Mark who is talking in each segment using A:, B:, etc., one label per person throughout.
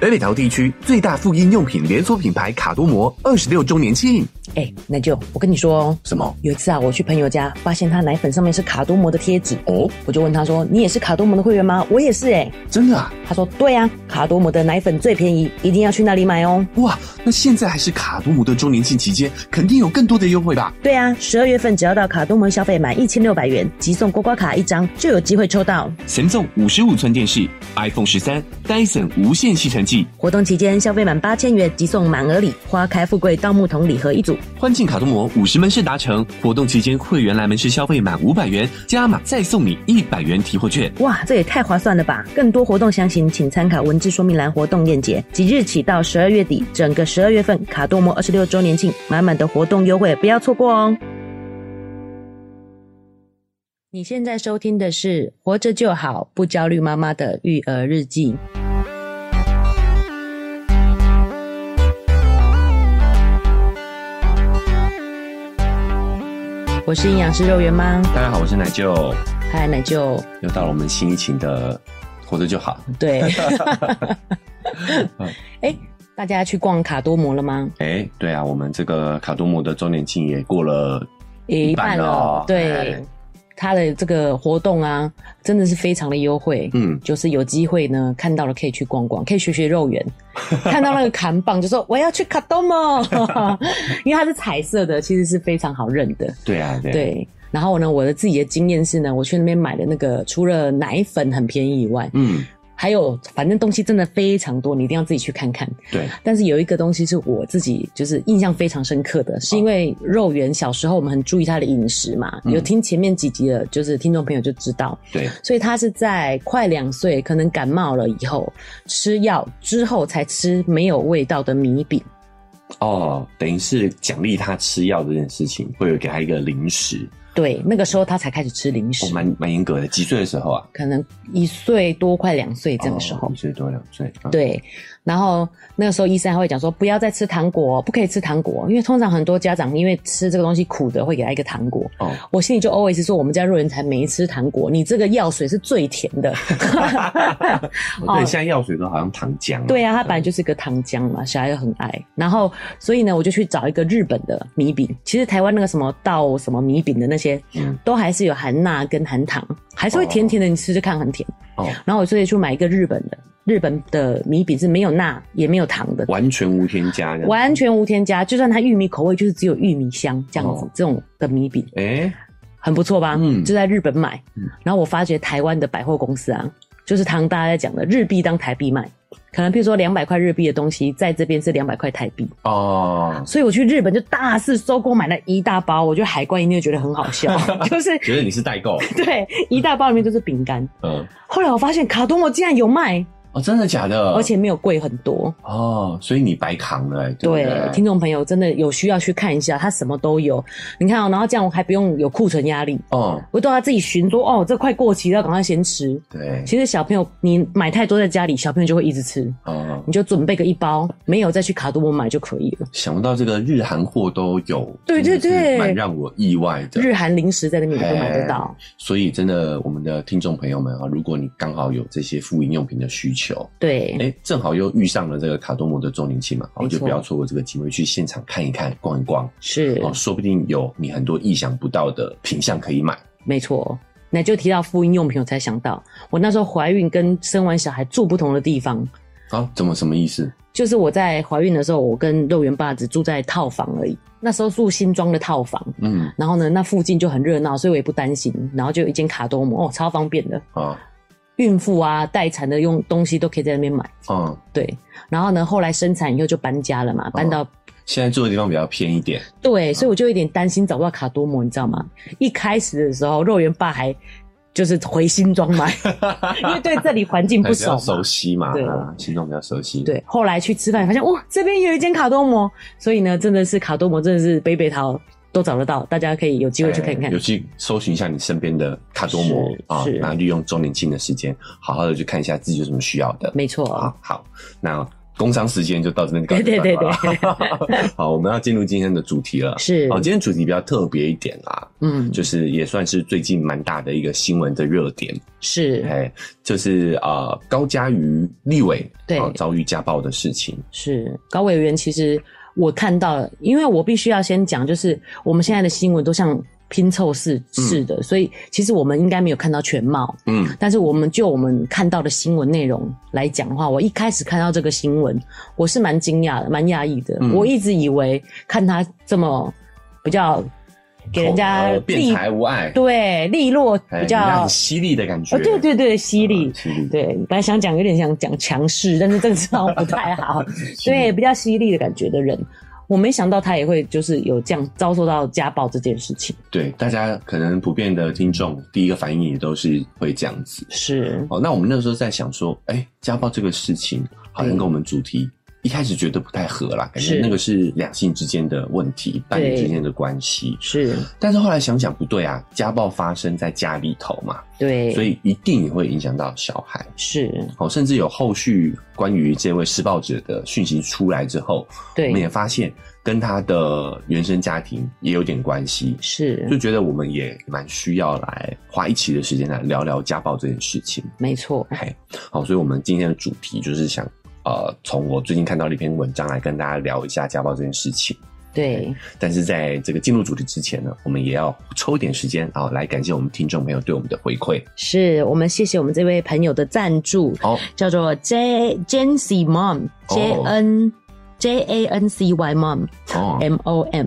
A: 北北桃地区最大妇婴用品连锁品牌卡多摩二十六周年庆，
B: 哎、那就我跟你说哦，
A: 什么？
B: 有一次啊，我去朋友家，发现他奶粉上面是卡多摩的贴纸，
A: 哦，
B: 我就问他说：“你也是卡多摩的会员吗？”我也是哎、
A: 真的啊？
B: 他说：“对啊，卡多摩的奶粉最便宜，一定要去那里买哦。
A: 哇，那现在还是卡多摩的周年庆期间，肯定有更多的优惠吧？”
B: 对啊，十二月份只要到卡多摩消费满一千六百元，即送刮刮卡一张，就有机会抽到。
A: 神送五十五寸电视、iPhone 十三、Dyson 无线吸尘器。
B: 活动期间消费满八千元，即送满额礼花开富贵盗墓桶礼盒一组。
A: 欢庆卡多摩五十门市达成，活动期间会员来门市消费满五百元，加码再送你一百元提货券。
B: 哇，这也太划算了吧！更多活动详情请参考文字说明栏活动链接。即日起到十二月底，整个十二月份卡多摩二十六周年庆，满满的活动优惠，不要错过哦！你现在收听的是《活着就好，不焦虑妈妈的育儿日记》。我是营养师肉圆妈，
A: 大家好，我是奶舅，
B: 嗨，奶舅，
A: 又到了我们新一期的活着就好。
B: 对，哎，大家去逛卡多摩了吗？
A: 哎，对啊，我们这个卡多摩的周年庆也过了
B: 也一半了
A: 哦，
B: 对
A: 哎，
B: 它的这个活动啊，真的是非常的优惠。
A: 嗯，
B: 就是有机会呢，看到了可以去逛逛，可以学学肉圆。 看到那个扛棒就说我要去卡多摩， 因为它是彩色的，其实是非常好认的。
A: 对啊，对
B: 对，然后呢，我的自己的经验是呢，我去那边买的那个，除了奶粉很便宜以外，
A: 嗯，
B: 还有反正东西真的非常多，你一定要自己去看看。
A: 对，
B: 但是有一个东西是我自己就是印象非常深刻的，是因为肉圆小时候我们很注意他的饮食嘛，
A: 哦嗯
B: 有听前面几集的，就是听众朋友就知道，
A: 对，
B: 所以他是在快两岁可能感冒了以后吃药之后才吃没有味道的米饼，
A: 哦，等于是奖励他吃药这件事情，会有给他一个零食，
B: 对，那个时候他才开始吃零
A: 哦，
B: 食，
A: 蛮蛮严格的。几岁的时候啊？
B: 可能一岁多快两岁这个时候
A: 哦一。岁多两岁，嗯，
B: 对，然后那个时候医生还会讲说，不要再吃糖果，不可以吃糖果，因为通常很多家长因为吃这个东西苦的，会给他一个糖果。
A: 哦，
B: 我心里就 always 说，我们家肉圆才没吃糖果，你这个药水是最甜的。
A: 哦对，现在药水都好像糖浆，
B: 对啊，它本来就是个糖浆嘛，小孩又很爱。然后，所以呢，我就去找一个日本的米饼。其实台湾那个什么稻什么米饼的那些，
A: 嗯
B: 都还是有含钠跟含糖，还是会甜甜的，你吃吃看很甜。
A: 哦，
B: 然后我所以去买一个日本的，日本的米饼是没有钠也没有糖的，
A: 完全无添加这样，
B: 完全无添加，就算它玉米口味，就是只有玉米香这样子，
A: 哦
B: 这种的米饼。
A: 哎，
B: 很不错吧？
A: 嗯
B: 就在日本买
A: 嗯。
B: 然后我发觉台湾的百货公司啊，就是唐大家在讲的日币当台币卖，可能譬如说两百块日币的东西，在这边是两百块台币。
A: 哦，
B: 所以我去日本就大肆收购买了一大包，我觉得海关一定会觉得很好 笑，就是
A: 觉得你是 代购，
B: 对一大包里面都是饼干。
A: 嗯，
B: 后来我发现卡多摩竟然有卖，
A: 哦，真的假的？
B: 而且没有贵很多。
A: 哦，所以你白扛了，哎对不
B: 对，
A: 对，
B: 听众朋友真的有需要去看一下，它什么都有。你看哦，然后这样我还不用有库存压力，
A: 哦，
B: 我都要自己寻说哦，这快过期了，赶快先吃。
A: 对，
B: 其实小朋友，你买太多在家里，小朋友就会一直吃，
A: 哦，
B: 你就准备个一包，没有再去卡多摩买就可以了。
A: 想不到这个日韩货都有，
B: 对对
A: 真的是
B: 对
A: 蛮让我意外的。
B: 日韩零食在那边也都买得到，
A: 所以真的，我们的听众朋友们啊，如果你刚好有这些妇婴用品的需求，
B: 对，
A: 哎，正好又遇上了这个卡多摩的周年庆嘛，
B: 嗯
A: 我
B: 没错
A: 就不要错过这个机会去现场看一看、逛一逛
B: 是
A: 哦，说不定有你很多意想不到的品相可以买。
B: 没错。那就提到妇婴用品，我才想到我那时候怀孕跟生完小孩住不同的地方。哦
A: 啊，怎么什么意思？
B: 就是我在怀孕的时候，我跟肉圆爸只住在套房而已，那时候住新庄的套房。
A: 嗯
B: 然后呢，那附近就很热闹，所以我也不担心。然后就有一间卡多摩，哦，超方便的，
A: 啊
B: 孕妇啊、待产的用东西都可以在那边买。
A: 嗯，
B: 对，然后呢，后来生产以后就搬家了
A: 哦
B: 嘛，搬到、
A: 现在住的地方比较偏一点，
B: 对，所以我就有点担心找不到卡多摩，你知道 吗？一开始的时候，肉圆爸还就是回新庄 买， 因为对这里环境
A: 还
B: 不
A: 比较
B: 熟
A: 熟
B: 嘛。
A: 悉嘛，
B: 对
A: 啊，心中比较熟悉。，
B: 对，后来去吃饭发现哇，这边有一间卡多摩，所以呢，真的是卡多摩，真的是北北桃都找得到，大家可以有机会去看看
A: 哎有。去搜寻一下你身边的卡多摩
B: 是
A: 啊
B: 是，
A: 然后利用周年庆的时间，好好的去看一下自己有什么需要的。
B: 没错，
A: 啊，好，那工商时间就到这边告一
B: 对对
A: 段落了 好，我们要进入今天的主题了。
B: 是
A: 哦，今天主题比较特别一点啦，
B: 嗯，
A: 就是也算是最近蛮大的一个新闻的热点，
B: 是
A: 哎，就是啊、呃高嘉瑜立委
B: 对
A: 哦遭遇家暴的事情，
B: 是高委员，其实我看到了，因为我必须要先讲，就是我们现在的新闻都像拼凑式似的，所以其实我们应该没有看到全貌。
A: 嗯，
B: 但是我们就我们看到的新闻内容来讲的话，我一开始看到这个新闻，我是蛮惊讶的，蛮讶异的。
A: 嗯
B: 我一直以为看他这么比较给人家
A: 呃
B: 利
A: 辩才无碍，
B: 对利落，
A: 哎
B: 比
A: 人家
B: 较
A: 很犀利的感觉，
B: 哦，对对对，犀利
A: 嗯，。犀利，
B: 对，本来想讲有点想讲强势，但是政治上不太好，
A: 犀利
B: 对，比较犀利的感觉的人，我没想到他也会就是有这样遭受到家暴这件事情，
A: 对，大家可能普遍的听众第一个反应也都是会这样子。
B: 是
A: 哦，那我们那时候在想说，哎、家暴这个事情好像跟我们主题一开始觉得不太合啦，感
B: 是
A: 觉那个是两性之间的问题，伴侣
B: 对
A: 之间的关系。
B: 是，
A: 但是后来想想不对啊，家暴发生在家里头嘛，
B: 对，
A: 所以一定也会影响到小孩。
B: 是，
A: 哦，甚至有后续关于这位施暴者的讯息出来之后，我们
B: 对，
A: 也发现跟他的原生家庭也有点关系。
B: 是
A: 就，觉得我们也蛮需要来花一期的时间来聊聊家暴这件事情。
B: 没错，
A: 嘿，好，所以我们今天的主题就是想，呃，从我最近看到的一篇文章来跟大家聊一下家暴这件事情。
B: 对，
A: 但是在这个进入主题之前呢，我们也要抽一点时间啊、来感谢我们听众朋友对我们的回馈。
B: 是我们谢谢我们这位朋友的赞助，
A: 好、
B: 叫做 J Jancy Mom
A: 哦
B: J N、J A N C Y Mom
A: 哦
B: M O M，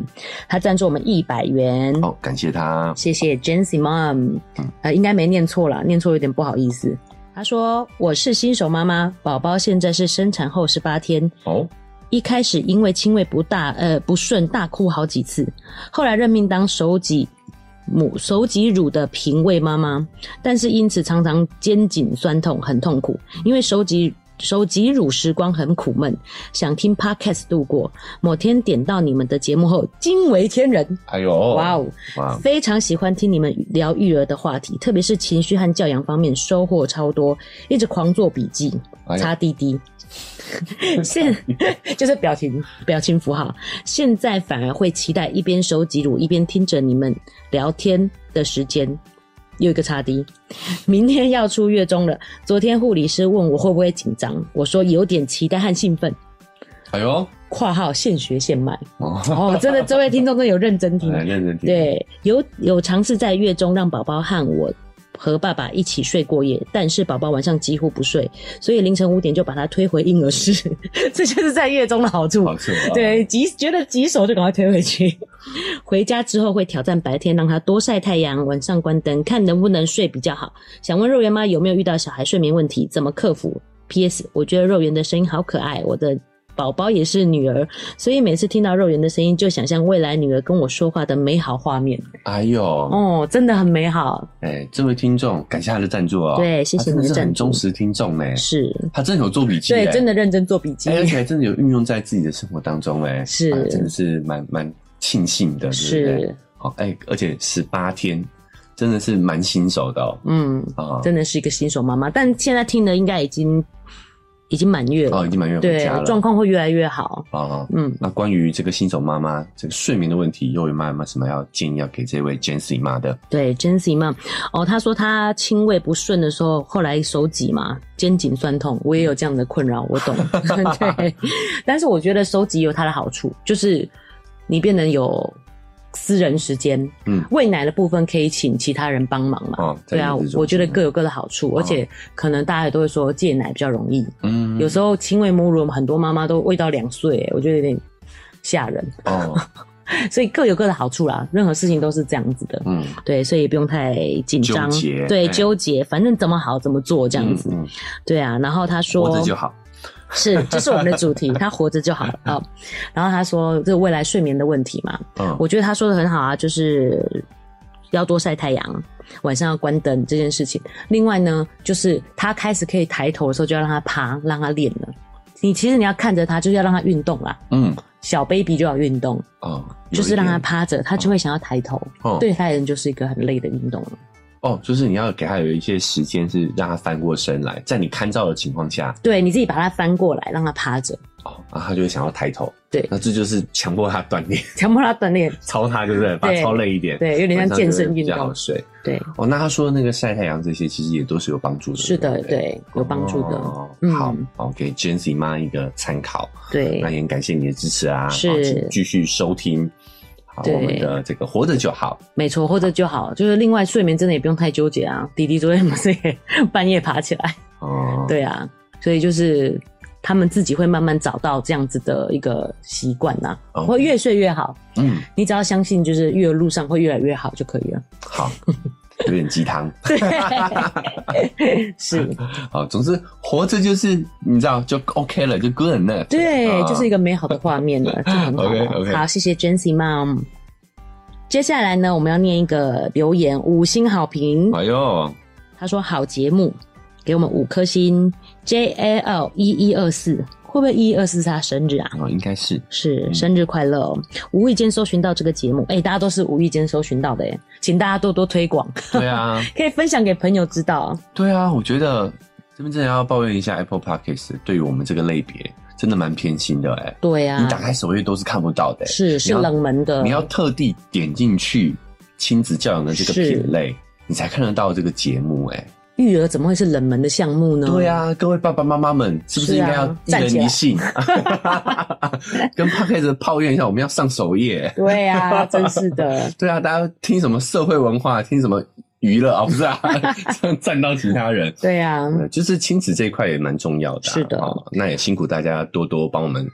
B: 他赞助我们一百元，
A: 好、感谢他。
B: 谢谢 Jency Mom，呃，应该没念错啦，念错有点不好意思。她说：“我是新手妈妈，宝宝现在是生产后十八天，
A: 哦，
B: 一开始因为亲喂不大呃不顺，大哭好几次，后来任命当手挤母手挤乳的平喂妈妈，但是因此常常肩颈酸痛，很痛苦，因为手挤。手挤乳时光很苦闷，想听 podcast 度过。某天点到你们的节目后，惊为天人，
A: 哎呦，哇
B: 哇
A: 哦，
B: 哦！非常喜欢听你们聊育儿的话题，特别是情绪和教养方面，收获超多，一直狂做笔记
A: 哎，呀
B: 擦滴滴。现 就是表情表情符号，现在反而会期待一边手挤乳一边听着你们聊天的时间。又一个擦滴，明天要出月中了。昨天护理师问我会不会紧张，我说有点期待和兴奋。
A: 哎呦，
B: （括号现学现卖
A: 哦，）
B: 哦，真的，这位听众真的有认真听，
A: 来认真听。，
B: 嗯对，有有尝试在月中让宝宝和我和爸爸一起睡过夜，但是宝宝晚上几乎不睡，所以凌晨五点就把他推回婴儿室。 这就是在月中的好处。
A: 好处、啊。，
B: 对，棘觉得棘手就赶快推回去。哦 回家之后会挑战白天让他多晒太阳，晚上关灯，看能不能睡比较好。想问肉圆妈有没有遇到小孩睡眠问题，怎么克服？P.S. 我觉得肉圆的声音好可爱，我的宝宝也是女儿，所以每次听到肉圆的声音，就想象未来女儿跟我说话的美好画面。
A: 哎呦，
B: 哦，真的很美好，
A: 哎，这位听众，感谢他的赞助哦。
B: 对谢谢
A: 他真
B: 你的
A: 是很
B: 赞助
A: 忠实听众呢。
B: 是
A: 他真的有做笔记、
B: 对，
A: 哎
B: 真的认真做笔记
A: 哎，而且还真的有运用在自己的生活当中、哎，
B: 是
A: 啊真的是蛮蛮庆幸的，对不对
B: 是，
A: 好，哎、而且十八天真的是蛮新手的哦，
B: 嗯，
A: 啊，
B: 真的是一个新手妈妈，但现在听的应该已经已经满月了。
A: 哦，已经满月回
B: 对
A: 家，了，
B: 状况会越来越好。
A: 啊、哦
B: 嗯，
A: 那关于这个新手妈妈这个睡眠的问题，幼儿妈妈什么要建议要给这位 Jency 妈的？
B: 对 j e n s y 嘛，哦，她说她亲喂不顺的时候，后来手挤嘛，肩颈酸痛，我也有这样的困扰，我 懂。 对，但是我觉得手挤有它的好处，就是你变得有私人时间，
A: 嗯
B: 喂奶的部分可以请其他人帮忙嘛。
A: 哦，在
B: 对啊
A: 月子，中
B: 我觉得
A: 心
B: 各有各的好处，而且可能大家也都会说戒奶比较容易。
A: 嗯
B: 有时候亲喂母乳，很多妈妈都喂到两岁，我觉得有点吓人。
A: 哦，
B: 所以各有各的好处啦，任何事情都是这样子的。
A: 嗯，
B: 对，所以也不用太紧张，
A: 纠结
B: 对，
A: 哎
B: 纠结，反正怎么好怎么做 这样子，
A: 嗯嗯
B: 对啊。然后他说
A: 活，着就好，
B: 是，这是我们的主题，他活 着就好了啊、然后他说，这个未来睡眠的问题嘛，
A: 嗯，
B: 我觉得他说的很好啊，就是要多晒太阳，晚上要关灯这件事情。另外呢，就是他开始可以抬头的时候，就要让他爬，让他练了。你其实你要看着他，就是要让他运动啦。
A: 嗯，
B: 小 baby 就要运动，
A: 哦，
B: 就是让他
A: 有一点
B: 趴着，他就会想要抬头。
A: 哦，
B: 对他来人就是一个很累的运动了。
A: 哦，就是你要给他有一些时间，是让他翻过身来，在你看照的情况下，
B: 对，你自己把它翻过来，让它趴着，
A: 哦，然后他就会想要抬头。
B: 对
A: 那这就是强迫他锻炼，
B: 强迫它锻炼，
A: 操他就是了把他
B: 对
A: 操累一点，
B: 对，有点
A: 晚上
B: 像
A: 就
B: 健
A: 会
B: 身
A: 比
B: 运
A: 较
B: 动
A: 好，睡。
B: 对，
A: 哦，那他说的那个晒太阳这些，其实也都是有帮助的。
B: 是的
A: 不，
B: 对，有帮助的，
A: 哦
B: 嗯
A: 好，好，给 j e n s y 妈一个参考。
B: 对
A: 那，也很感谢你的支持啊，
B: 是
A: 好请继续收听好
B: 对
A: 我们的这个活着就好。
B: 没错，或者就好，就是另外睡眠真的也不用太纠结啊。 弟弟昨天不是也半夜爬起来，
A: 哦，
B: 对啊，所以就是他们自己会慢慢找到这样子的一个习惯呐，
A: 哦
B: 会越睡越好。
A: 嗯，
B: 你只要相信，就是越路上会越来越好就可 以了。
A: 好，有点鸡汤。
B: 对，是，
A: 好，总之活着就是你知道就 OK 了，就 good enough。
B: 对，
A: 啊
B: 就是一个美好的画面了，就很好了。
A: 哦 OK，OK
B: 好，谢谢 Jency Mom。接下来呢，我们要念一个留言，五星好评。
A: 哎呦，
B: 他说好节目，给我们五颗星。J A L 一一二四，会不会一一二四是他生日啊？
A: 哦，应该是
B: 是生日快乐、哦！无意间搜寻到这个节目，哎、大家都是无意间搜寻到的，哎，请大家多多推广，
A: 对啊，
B: 可以分享给朋友知道。
A: 对啊，我觉得这边真的要抱怨一下 Apple Podcast 对于我们这个类别真的蛮偏心的哎、
B: 对
A: 你
B: 啊，
A: 打开首页都是看不到的、欸，
B: 是是
A: 你要
B: 冷门的，
A: 你要特地点进去亲子教养的这个
B: 是
A: 品类，你才看得到这个节目、欸。哎、
B: 育儿怎么会是冷门的项目呢？
A: 对，啊，各位爸爸妈妈们，是不是
B: 嗯是
A: 应
B: 啊
A: 该要一
B: 站
A: 人
B: 起来
A: 一信， 跟 p o d c a s 抱怨一下，我们要上首页。
B: 对啊，真是的，
A: 对啊，大家听什么社会文化，听什么娱乐啊、不是啊， 这样站到其他人。
B: 对啊，
A: 呃就是亲子这一块也蛮重要的啊、
B: 是的
A: 哦那也辛苦大家多多帮我们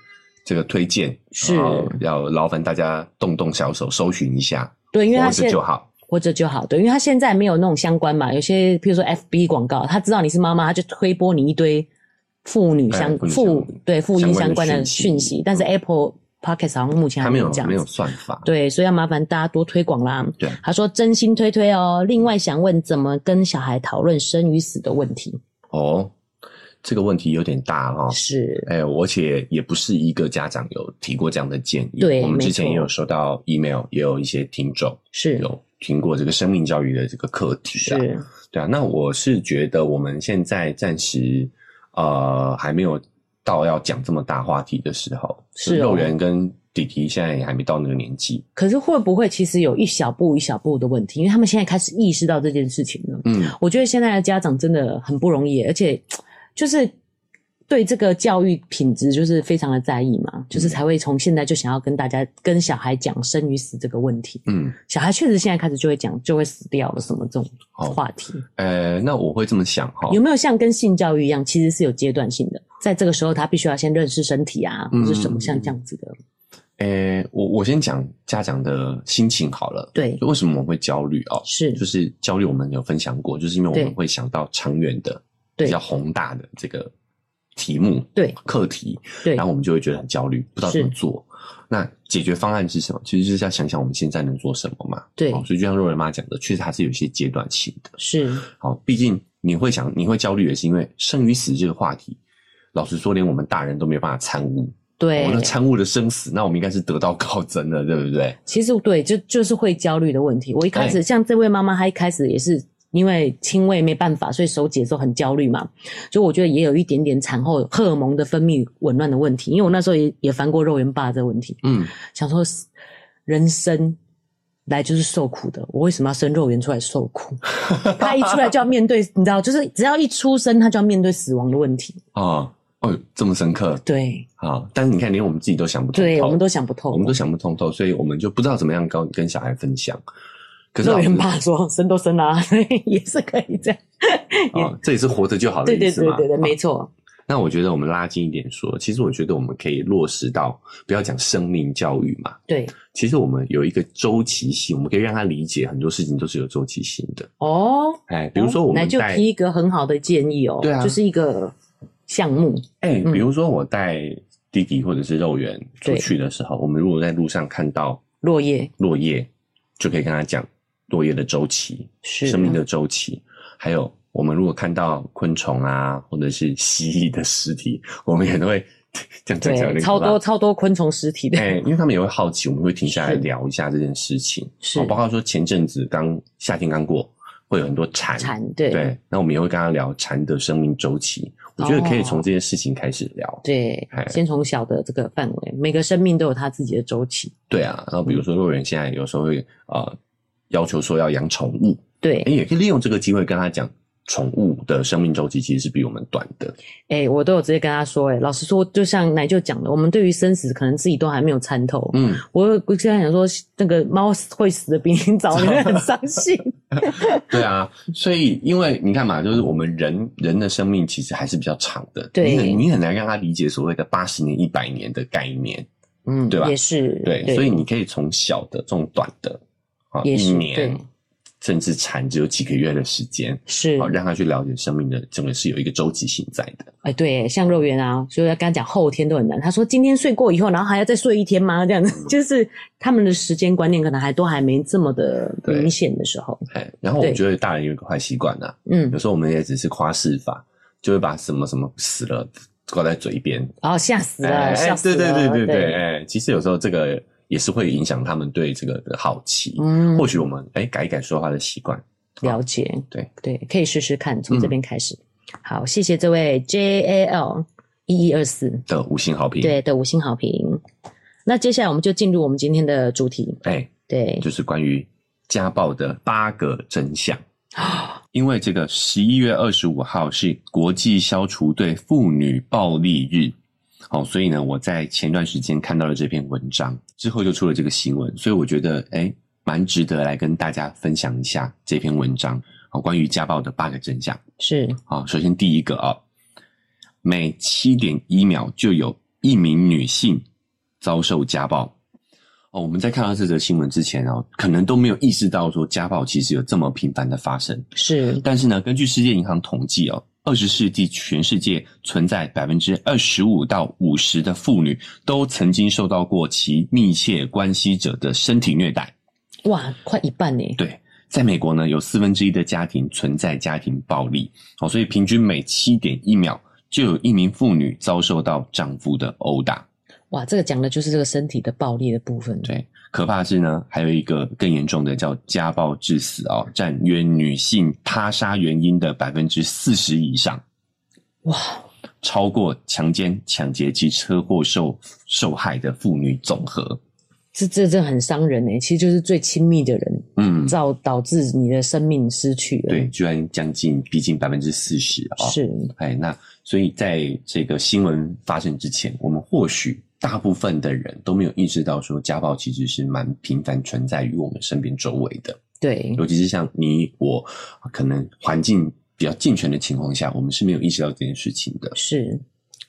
A: 这个推荐，
B: 是
A: 然后要劳烦大家动动小手搜寻一下，
B: 对，因为他
A: 活
B: 现
A: 着就好。
B: 活着就好，对，因为他现在没有那种相关嘛，有些譬如说 FB 广告，他知道你是妈妈，他就推播你一堆妇女
A: 哎
B: 相
A: 妇女
B: 妇
A: 相
B: 对妇婴相
A: 相
B: 关
A: 关的
B: 的
A: 讯息
B: 讯息，但是 Apple Podcast 好像目前
A: 他
B: 还
A: 没
B: 有
A: 有
B: 这样
A: 没有
B: 子
A: 算法，
B: 对，所以要麻烦大家多推广啦。
A: 对，
B: 他说真心推推哦。另外想问，怎么跟小孩讨论生与死的问题？
A: 哦，这个问题有点大哈、哦。
B: 是，
A: 哎，我而且也不是一个家长有提过这样的建议。
B: 对
A: 我们
B: 没
A: 之前
B: 错
A: 也有收到 email，也有一些听众
B: 是，
A: 有听过这个生命教育的这个课题啊。
B: 是，
A: 对啊，那我是觉得我们现在暂时呃还没有到要讲这么大话题的时候，
B: 是哦
A: 就肉圆跟弟弟现在也还没到那个年纪。
B: 可是会不会其实有一小步一小步的问题？因为他们现在开始意识到这件事情了。
A: 嗯，
B: 我觉得现在的家长真的很不容易，而且就是对这个教育品质就是非常的在意嘛，
A: 嗯
B: 就是才会从现在就想要跟大家跟小孩讲生与死这个问题。
A: 嗯，
B: 小孩确实现在开始就会讲就会死掉了什么这种
A: 哦
B: 话题，
A: 呃，那我会这么想哈、
B: 有没有像跟性教育一样，其实是有阶段性的，在这个时候他必须要先认识身体啊，
A: 嗯
B: 或是什么像这样子的，
A: 诶、呃我我先讲家长的心情好了。
B: 对
A: 就，为什么我们会焦虑哦？
B: 是，
A: 就是焦虑，我们有分享过，就是因为我
B: 对
A: 们会想到长远的、
B: 对
A: 比较宏大的这个题目、
B: 对
A: 课题，
B: 对
A: 然后我们就会觉得很焦虑，不知道怎么做。那解决方案是什么？其实就是要想想我们现在能做什么嘛。
B: 对
A: 哦所以就像若人妈讲的，确实它是有一些阶段性的。
B: 是，
A: 好，毕竟你会想，你会焦虑，也是因为生与死这个话题，老实说，连我们大人都没有办法参悟。
B: 对
A: 我，们参悟了生死，那我们应该是得到告真的，对不对？
B: 其实对，就就是会焦虑的问题。我一开始、
A: 哎
B: 像这位妈妈，她一开始也是因为亲喂没办法，所以手解的时候很焦虑嘛。所以我觉得也有一点点产后荷尔蒙的分泌紊乱的问题。因为我那时候也也烦过肉圆爸这个问题，
A: 嗯，
B: 想说人生来就是受苦的，我为什么要生肉圆出来受苦？他一出来就要面对，你知道，就是只要一出生，他就要面对死亡的问题。
A: 哦，哦，这么深刻
B: 对，
A: 啊、但是你看，连我们自己都想不通透，
B: 对，我们都想不透。
A: 我们都想不通透，所以我们就不知道怎么样跟跟小孩分享。可是
B: 肉
A: 老师
B: 圆爸说生都生啦、所以 也是可以这样。
A: 啊、这也是活着就好的
B: 对
A: 意
B: 对
A: 思
B: 对
A: 嘛。
B: 对对，
A: 啊
B: 没错。
A: 那我觉得我们拉近一点说，其实我觉得我们可以落实到，不要讲生命教育嘛，
B: 对，
A: 其实我们有一个周期性，我们可以让他理解很多事情都是有周期性的。
B: 哦，
A: 哎，比如说我
B: 来
A: 们
B: 就
A: 带
B: 提一个很好的建议哦，
A: 对啊
B: 就是一个项目，
A: 哎、
B: 嗯
A: 比如说我带弟弟或者是肉圆出
B: 对
A: 去的时候，我们如果在路上看到
B: 落叶
A: 落叶，就可以跟他讲落叶的周期、
B: 是
A: 生命的周期，还有我们如果看到昆虫啊，或者是蜥蜴的尸体，我们也都会这样讲 讲有
B: 对，
A: 点
B: 超
A: 可怕
B: 多。超多昆虫尸体的，
A: 哎、因为他们也会好奇，我们会停下来
B: 是
A: 聊一下这件事情。
B: 是
A: 哦包括说前阵子刚夏天刚过，会有很多蝉，
B: 蝉对
A: 对，那我们也会跟他聊蝉的生命周期，我觉得可以从
B: 哦
A: 这件事情开始聊。
B: 对
A: 哎，
B: 先从小的这个范围，每个生命都有它自己的周期。
A: 对啊，然后比如说，若人现在有时候会呃要求说要养宠物，
B: 对，
A: 哎，也可以利用这个机会跟他讲，宠物的生命周期其实是比我们短的。
B: 哎、我都有直接跟他说、哎，老实说，就像奶舅讲的，我们对于生死可能自己都还没有参透。
A: 嗯，
B: 我我现在想说，那个猫会死的比你早，你会很伤 心。
A: 对啊，所以因为你看嘛，就是我们人人的生命其实还是比较长的，
B: 对
A: 你很你很难让他理解所谓的八十年、一百年的概念，
B: 嗯，
A: 对吧
B: 也是，
A: 对，所以你可以从小的这种短的啊，
B: 也
A: 一
B: 是
A: 年
B: 对
A: 甚至产只有几个月的时间，啊
B: 是
A: 好让他去了解生命的整个是有一个周期性在的，
B: 哎、对，像肉圆啊，所以他刚讲后天都很难。他说今天睡过以后，然后还要再睡一天吗？这样子，
A: 嗯
B: 就是他们的时间观念可能还都还没这么的
A: 对
B: 明显的时候。
A: 哎，然后我
B: 对
A: 觉得大人有一个坏习惯啊，
B: 嗯
A: 有，时候我们也只是夸饰法，就会把什么什么死了挂在嘴边，
B: 然后哦吓死
A: 哎
B: 了，吓、
A: 哎
B: 死
A: 对
B: 了，
A: 对对对对，哎，其实有时候这个也是会影响他们对这个的好奇。
B: 嗯
A: 或，许我们哎改一改说话的习惯。
B: 了解，
A: 对嗯
B: 对，可以试试看，从这边开始。好，谢谢这位 J A L 一一二四
A: 的五星好评，，
B: 对的五星好评。那接下来我们就进入我们今天的主题，
A: 哎，
B: 对，
A: 就是关于家暴的八个真 相。因为这个十一月二十五号是国际消除对妇女暴力日，哦，所以呢，我在前段时间看到了这篇文章之后，就出了这个新闻，所以我觉得哎，蛮值得来跟大家分享一下这篇文章哦，关于家暴的八个真相。
B: 是
A: 啊，首先第一个啊，每七点一秒就有一名女性遭受家暴。哦，我们在看到这则新闻之前哦，可能都没有意识到说家暴其实有这么频繁的发生。
B: 是，
A: 但是呢，根据世界银行统计哦，二十世纪全世界存在百分之二十五到五十的妇女都曾经受到过其密切关系者的身体虐待。
B: 哇，快一半呢，
A: 对，在美国呢，有四分之一的家庭存在家庭暴力，哦，所以平均每七点一秒就有一名妇女遭受到丈夫的殴打。
B: 哇，这个讲的就是这个身体的暴力的部分，
A: 对，可怕的是呢，还有一个更严重的叫家暴致死哦，占约女性他杀原因的百分之四十以上，
B: 哇，
A: 超过强奸、抢劫及车祸受受害的妇女总和。
B: 这这这很伤人呢，其实就是最亲密的人，
A: 嗯，
B: 造导致你的生命失去了，
A: 对，，居然将近逼近百分之四十啊！
B: 是，
A: 哎，那所以在这个新闻发生之前，我们或许大部分的人都没有意识到，说家暴其实是蛮频繁存在于我们身边周围的，
B: 对，
A: 尤其是像你我可能环境比较健全的情况下，我们是没有意识到这件事情的。
B: 是，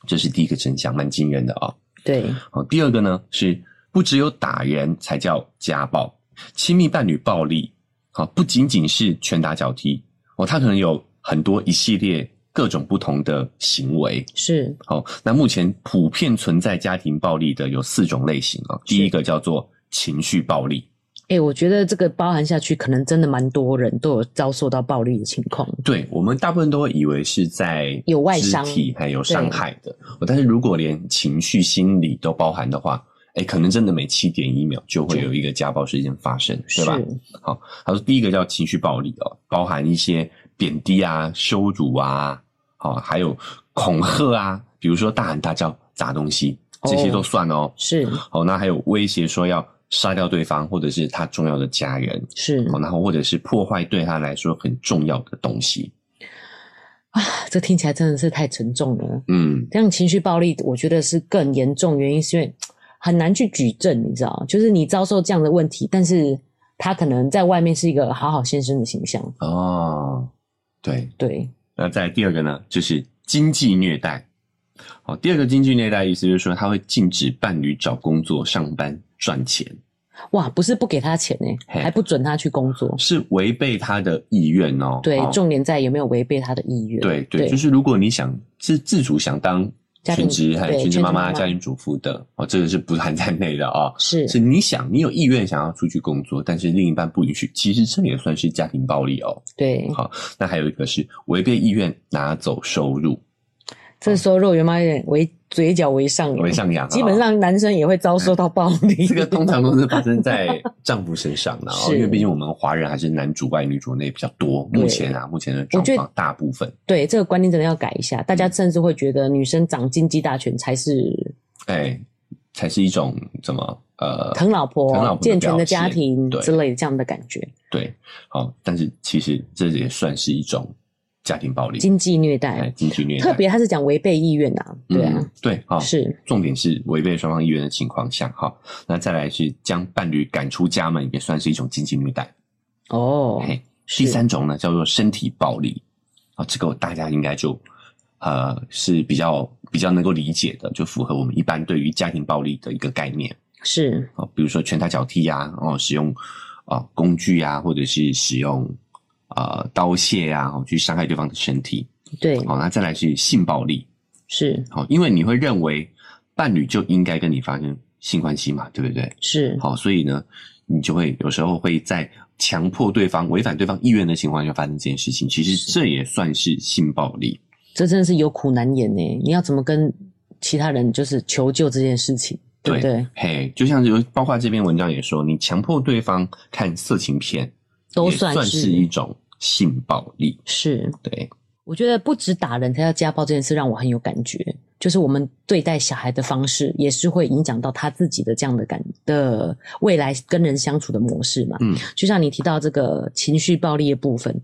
A: 这是第一个真相，蛮惊人的啊、
B: 对，
A: 好，第二个呢是不只有打人才叫家暴，亲密伴侣暴力，好，不仅仅是拳打脚踢哦，它可能有很多一系列各种不同的行为。
B: 是，
A: 好，那目前普遍存在家庭暴力的有四种类型啊、第一个叫做情绪暴力，
B: 哎、我觉得这个包含下去，可能真的蛮多人都有遭受到暴力的情况。
A: 对我们大部分都会以为是在
B: 有外伤
A: 肢体还有伤害的，哦但是如果连情绪、心理都包含的话，哎，可能真的每七点一秒就会有一个家暴事件发生，对吧？
B: 是
A: 好，他说第一个叫情绪暴力哦，包含一些贬低啊、羞辱啊，好、还有恐吓啊，比如说大喊大叫、砸东西，这些都算哦。
B: 是
A: 好、那还有威胁说要杀掉对方或者是他重要的家人，
B: 是
A: 好、然后或者是破坏对他来说很重要的东西。
B: 啊，这听起来真的是太沉重了。
A: 嗯，
B: 这样情绪暴力，我觉得是更严重，原因是因为很难去举证，你知道，就是你遭受这样的问题，但是他可能在外面是一个好好先生的形象。
A: 哦，对。
B: 对，
A: 那再来第二个呢，就是经济虐待。好、第二个经济虐待意思就是说，他会禁止伴侣找工作、上班、赚钱。
B: 哇，不是不给他钱呢、
A: 嘿
B: 还不准他去工作。
A: 是违背他的意愿哦。
B: 对，
A: 哦
B: 重点在有没有违背他的意愿。
A: 对对，就是如果你想是自主想当
B: 家
A: 全
B: 庭
A: 职还有
B: 对
A: 全职
B: 全职
A: 妈
B: 妈
A: 妈、
B: 妈
A: 家庭主妇的哦，这个是不含在内的哦。
B: 是
A: 是你想，你有意愿想要出去工作，但是另一半不允许，其实这也算是家庭暴力哦。
B: 对，
A: 好那还有一个是违背意愿拿走收入，
B: 这时候肉圆妈有点为嘴角为上扬，
A: 为上扬
B: 基本上男生也会遭受到暴力。
A: 这个通常都是发生在丈夫身上的，
B: 是
A: 因为毕竟我们华人还是男主外女主内比较多。
B: 对
A: 目前啊，目前的状
B: 我觉得
A: 况大部分，
B: 对这个观念真的要改一下，大家甚至会觉得女生掌经济大权才是
A: 哎，才是一种怎么呃，
B: 疼老婆、
A: 疼老婆的
B: 健全的家庭
A: 表现对
B: 之类的这样的感觉，
A: 对，好，但是其实这也算是一种家庭暴力，
B: 经济虐
A: 哎
B: 待，。
A: 经济虐待，
B: 特别他是讲违背意愿啊，对啊，
A: 嗯、对，好，
B: 是
A: 重点是违背双方意愿的情况下，哈，那再来是将伴侣赶出家门，也算是一种经济虐待。
B: 哦，
A: 嘿，
B: 是
A: 第三种呢叫做身体暴力啊，这个大家应该就呃是比较比较能够理解的，就符合我们一般对于家庭暴力的一个概念
B: 是
A: 啊，比如说拳打脚踢呀、啊，哦，使用啊工具啊，或者是使用啊、呃刀械啊，哦去伤害对方的身体。
B: 对，
A: 好、那再来是性暴力，
B: 是
A: 好，因为你会认为伴侣就应该跟你发生性关系嘛，对不对？
B: 是，
A: 好，所以呢，你就会有时候会在强迫对方、违反对方意愿的情况下发生这件事情。其实
B: 是
A: 这也算是性暴力。
B: 这真的是有苦难言呢。你要怎么跟其他人就是求救这件事情，对不对？
A: 嘿，就像有包括这篇文章也说，你强迫对方看色情片，
B: 都
A: 也算
B: 是
A: 一种性暴力。
B: 是，
A: 对，
B: 我觉得不止打人，他要家暴这件事让我很有感觉，就是我们对待小孩的方式也是会影响到他自己的这样的感的未来跟人相处的模式嘛。
A: 嗯，
B: 就像你提到这个情绪暴力的部分，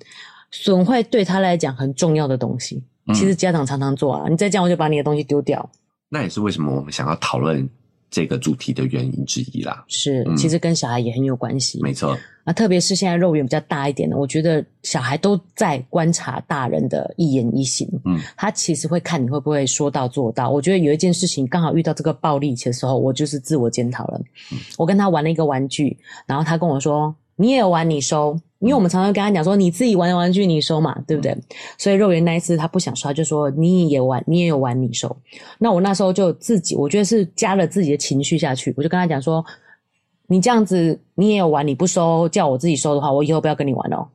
B: 损坏对他来讲很重要的东西。
A: 嗯
B: 其实家长常常做啊，你再这样我就把你的东西丢掉。
A: 那也是为什么我们想要讨论这个主题的原因之一啦。
B: 是，
A: 嗯
B: 其实跟小孩也很有关系。
A: 没错，
B: 啊，特别是现在肉眼比较大一点的，我觉得小孩都在观察大人的一言一行。
A: 嗯，
B: 他其实会看你会不会说到做到。我觉得有一件事情刚好遇到这个暴力的时候，我就是自我检讨了。我跟他玩了一个玩具，然后他跟我说：“你也有玩，你收。”因为我们常常跟他讲说：“你自己玩的玩具你收嘛，对不对？”所以肉圆那一次他不想收，他就说：“你也玩，你也有玩，你收。”那我那时候就自己，我觉得是加了自己的情绪下去，我就跟他讲说：“你这样子，你也有玩，你不收，叫我自己收的话，我以后不要跟你玩哦。”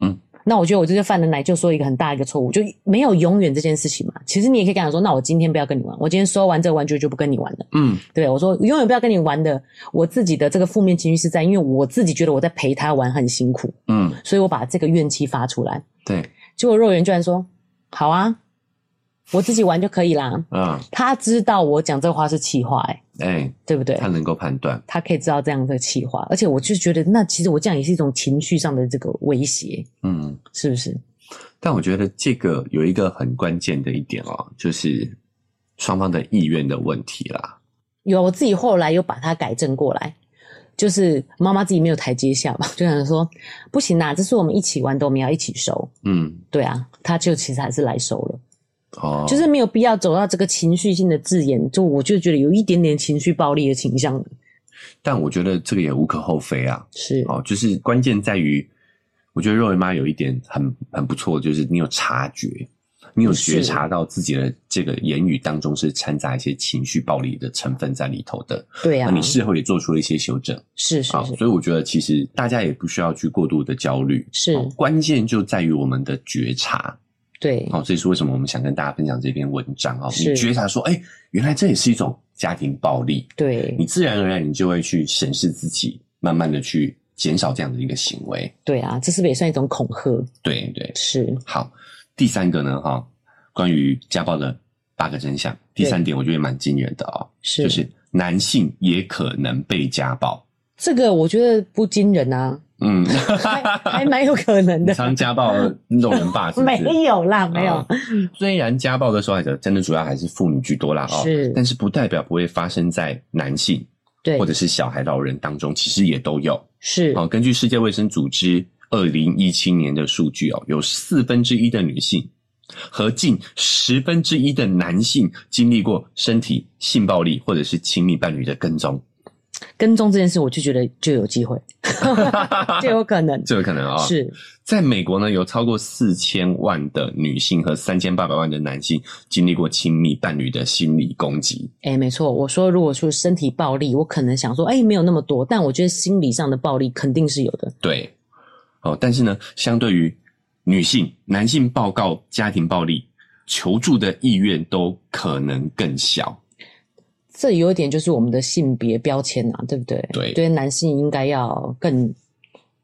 A: 嗯，
B: 那我觉得我这就犯了奶就说一个很大一个错误，就没有永远这件事情嘛。其实你也可以跟他说：“那我今天不要跟你玩，我今天收完这个玩具就不跟你玩了。”
A: 嗯，
B: 对我说永远不要跟你玩的。我自己的这个负面情绪是在，因为我自己觉得我在陪他玩很辛苦，
A: 嗯，
B: 所以我把这个怨气发出来。
A: 对，
B: 结果肉圆居然说：“好啊，我自己玩就可以啦。
A: 啊、”
B: 他知道我讲这话是气话、欸，
A: 哎，
B: 对不对
A: 他？能够判断，
B: 他可以知道这样的气话，而且我就觉得，那其实我这样也是一种情绪上的这个威胁，
A: 嗯。
B: 是不是？
A: 但我觉得这个有一个很关键的一点哦，就是双方的意愿的问题啦。
B: 有，我自己后来又把它改正过来，就是妈妈自己没有台阶下嘛， 就想说不行啊啦，这是我们一起玩的，我们要一起收。
A: 嗯，
B: 对啊，他就其实还是来收了，
A: 哦，
B: 就是没有必要走到这个情绪性的字眼，就我就觉得有一点点情绪暴力的倾向了
A: 但我觉得这个也无可厚非啊。
B: 是
A: 哦，就是关键在于，我觉得肉圆妈有一点很很不错，就是你有察觉，你有
B: 是
A: 觉察到自己的这个言语当中是掺杂一些情绪暴力的成分在里头的，
B: 对
A: 那
B: 啊，
A: 哦你哦事后也做出了一些修正。
B: 是是
A: 好，
B: 是，
A: 所以我觉得其实大家也不需要去过度的焦虑，
B: 是
A: 哦关键就在于我们的觉察。
B: 对，
A: 好、这也是为什么我们想跟大家分享这篇文章哦。
B: 是
A: 你觉察说，哎，原来这也是一种家庭暴力，
B: 对
A: 你，自然而然你就会去审视自己，慢慢的去减少这样的一个行为。
B: 对啊，这是不是也算一种恐吓？
A: 对对，
B: 是
A: 好，第三个呢，哈、关于家暴的八个真相，第三点我觉得也蛮惊人的哦，
B: 是，
A: 就是男性也可能被家暴。
B: 这个我觉得不惊人 啊，
A: 嗯，
B: 还还蛮有可能
A: 你
B: 的。
A: 常家暴弄人爸是不是？
B: 没有啦，没有，
A: 啊虽然家暴的受害者真的主要还是妇女居多啦哦，
B: 是
A: 但是不代表不会发生在男性
B: 对
A: 或，者是小孩、老人当中，其实也都有。
B: 是
A: 好、根据世界卫生组织二零一七年的数据哦，有四分之一的女性和近十分之一的男性经历过身体性暴力或者是亲密伴侣的跟踪，
B: 跟踪这件事，我就觉得就有机 会，就有可能，
A: 这有可能啊、哦。
B: 是
A: 在美国呢，有超过四千万的女性和三千八百万的男性经历过亲密伴侣的心理攻击。
B: 哎、没错，我说如果说身体暴力，我可能想说，哎、没有那么多，但我觉得心理上的暴力肯定是有的。
A: 对，哦，但是呢，相对于女性，男性报告家庭暴力求助的意愿都可能更小。
B: 这有一点就是我们的性别标签啊，对不对？
A: 对
B: 对，男性应该要更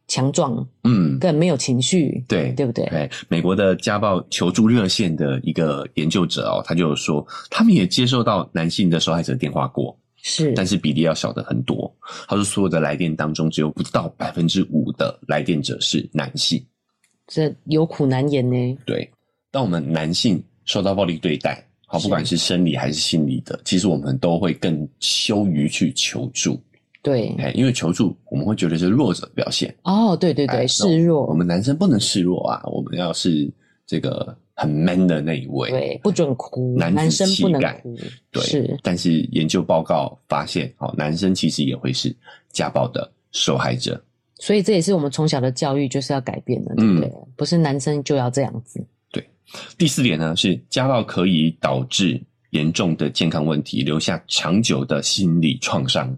B: 强壮，
A: 嗯，
B: 更没有情绪，
A: 对
B: 对不对？
A: 对，美国的家暴求助热线的一个研究者哦，他就有说，他们也接受到男性的受害者电话过，
B: 是，
A: 但是比例要小得很多。他说，所有的来电当中，只有不到百分之五的来电者是男性。
B: 这有苦难言呢。
A: 对，当我们男性受到暴力对待，好，
B: 是
A: 不管是生理还是心理的，其实我们都会更羞于去求助，
B: 对，
A: 哎，因为求助我们会觉得是弱者的表现，
B: 哦，对对
A: 哎
B: 对，示弱，
A: 我们男生不能示弱啊，我们要是这个很 man 的那一位，
B: 对不准哭，
A: 男子
B: 男生不能
A: 气概
B: 哭，
A: 对，
B: 是
A: 但是研究报告发现，好，男生其实也会是家暴的受害者。
B: 所以这也是我们从小的教育就是要改变
A: 嗯
B: 的，对不对？不是男生就要这样子，
A: 第四点呢是家暴可以导致严重的健康问题，留下长久的心理创伤。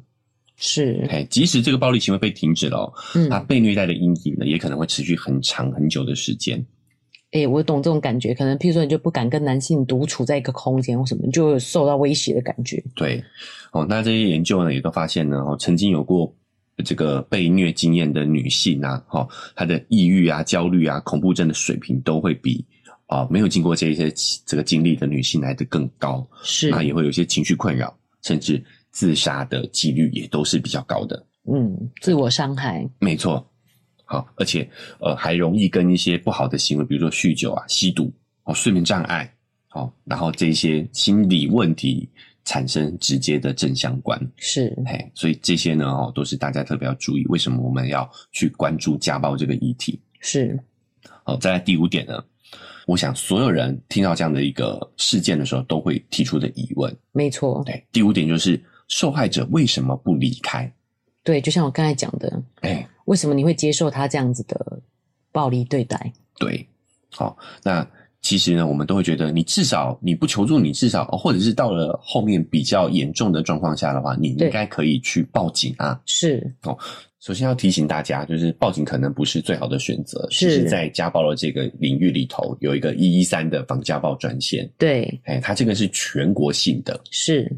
B: 是，
A: 哎，即使这个暴力行为被停止了、哦，
B: 嗯，
A: 他被虐待的阴影呢，也可能会持续很长很久的时间。
B: 哎、我懂这种感觉，可能譬如说你就不敢跟男性独处在一个空间或什么，你就有受到威胁的感觉，
A: 对，哦，那这些研究呢也都发现呢，哦，曾经有过这个被虐经验的女性啊，哦，她的抑郁啊、焦虑啊、恐怖症的水平都会比啊、没有经过这一些这个经历的女性来的更高，
B: 是，
A: 那也会有一些情绪困扰，甚至自杀的几率也都是比较高的。
B: 嗯，自我伤害，
A: 没错，好，而且呃还容易跟一些不好的行为，比如说酗酒啊、吸毒、哦睡眠障碍，哦，然后这些心理问题产生直接的正相关。
B: 是，
A: 嘿，所以这些呢哦都是大家特别要注意。为什么我们要去关注家暴这个议题？
B: 是，
A: 好，再来第五点呢，我想所有人听到这样的一个事件的时候，都会提出的疑问。
B: 没错，
A: 对，第五点就是受害者为什么不离开？
B: 对，就像我刚才讲的，
A: 哎，
B: 为什么你会接受他这样子的暴力对待？
A: 对，好，那其实呢，我们都会觉得，你至少你不求助，你至少，哦或者是到了后面比较严重的状况下的话，你
B: 对
A: 应该可以去报警啊。
B: 是，
A: 首先要提醒大家，就是报警可能不是最好的选择。
B: 是
A: 其实在家暴的这个领域里头，有一个一一三的防家暴专线，
B: 对，
A: 哎，它这个是全国性的，
B: 是，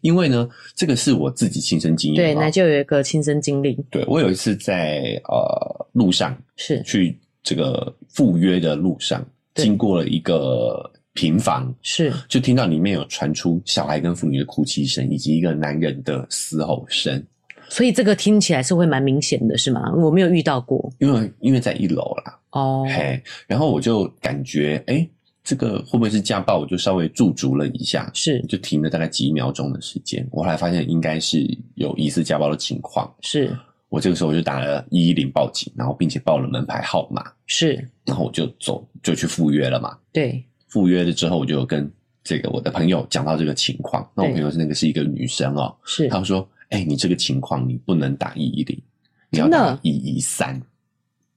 A: 因为呢，这个是我自己亲身经
B: 对，
A: 验啊、
B: 那就有一个亲身经历，
A: 对我有一次在呃路上
B: 是，
A: 去这个赴约的路上，
B: 对
A: 经过了一个平房，
B: 是，
A: 就听到里面有传出小孩跟妇女的哭泣声，以及一个男人的嘶吼声。
B: 所以这个听起来是会蛮明显的，是吗？我没有遇到过
A: 因为因为在一楼啦，
B: 哦，
A: 嘿，然后我就感觉，哎、这个会不会是家暴？我就稍微驻足了一下，
B: 是
A: 就停了大概几秒钟的时间。我后来发现应该是有疑似家暴的情况。
B: 是
A: 我这个时候我就打了一一零报警，然后并且报了门牌号码，
B: 是，
A: 然后我就走就去赴约了嘛。
B: 对，
A: 赴约了之后，我就有跟这个我的朋友讲到这个情况。那我
B: 对
A: 朋友是那个是一个女生哦，
B: 是，
A: 她说：“哎、你这个情况你不能打一一零，你要
B: 真的
A: 打一一三。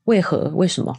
B: 为何？为什么？”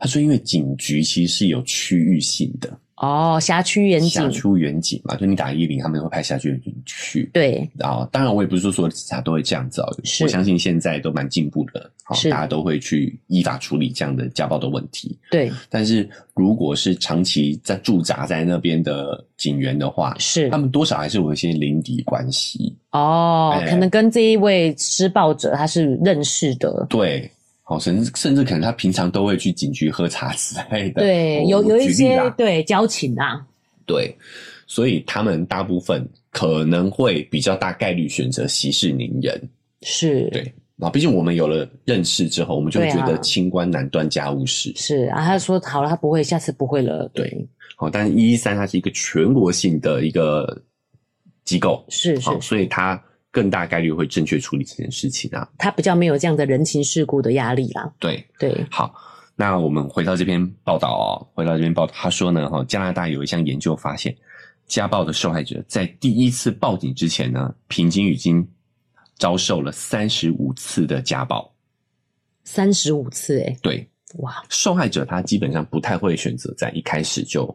A: 她说：“因为警局其实是有区域性的，
B: 哦，辖区远景
A: 辖，区远警嘛，就你打一零，他们会派辖区远警去。
B: 对，
A: 然后，当然我也不是说所有的警察都会这样子哦，
B: 是
A: 我相信现在都蛮进步的，好、
B: 是
A: 大家都会去依法处理这样的家暴的问题。
B: 对，
A: 但是如果是长期在驻扎在那边的警员的话，
B: 是
A: 他们多少还是有一些邻敌关系。
B: 哦，
A: 哎
B: 可能跟这一位施暴者他是认识的，
A: 对，好，甚至甚至可能他平常都会去警局喝茶之类的。
B: 对，
A: 我
B: 有有一
A: 举例
B: 些
A: 啦
B: 对交情啊，
A: 对，所以他们大部分可能会比较大概率选择息事宁人。
B: 是，
A: 对，啊，毕竟我们有了认识之后，我们就会
B: 对
A: 觉
B: 啊
A: 得清官难断家务事。
B: 是啊，他说好了，他不会，下次不会了，
A: 对，好，但是一一三它是一个全国性的一个机构，
B: 是
A: 好，
B: 是，
A: 所以它更大概率会正确处理这件事情啊。
B: 他比较没有这样的人情世故的压力啦，
A: 对，
B: 对，
A: 好，那我们回到这篇报道哦，回到这篇报道，他说呢，哈，加拿大有一项研究发现，家暴的受害者在第一次报警之前呢，平均已经遭受了三十五次的家暴。
B: 三十五次，哎，
A: 对，
B: 哇，
A: 受害者他基本上不太会选择在一开始就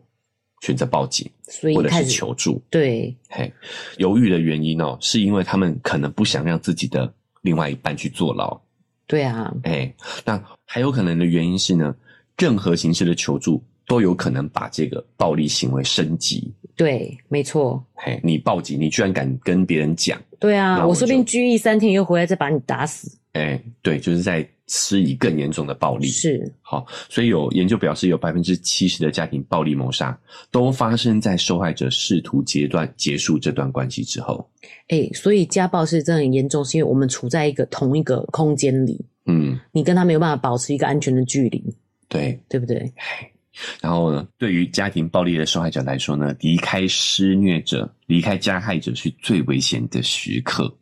A: 选择报警
B: 所以
A: 或者
B: 开
A: 是
B: 始
A: 求助。
B: 对
A: 嘿，犹豫的原因哦，是因为他们可能不想让自己的另外一半去坐牢。
B: 对啊，
A: 哎，那还有可能的原因是呢，任何形式的求助都有可能把这个暴力行为升级。
B: 对，没错，
A: 嘿，你报警，你居然敢跟别人讲，
B: 对
A: 那
B: 啊，
A: 我
B: 我说
A: 就
B: 不定拘役三天又回来再把你打死。
A: 哎，对，就是在施以更严重的暴力。
B: 是，
A: 好，所以有研究表示，有百分之七十的家庭暴力谋杀都发生在受害者试图截断结束这段关系之后。
B: 哎，所以家暴是真的很严重，是因为我们处在一个同一个空间里，
A: 嗯，
B: 你跟他没有办法保持一个安全的距离，
A: 对。
B: 对不对？
A: 然后呢，对于家庭暴力的受害者来说呢，离开施虐者、离开加害者是最危险的时刻。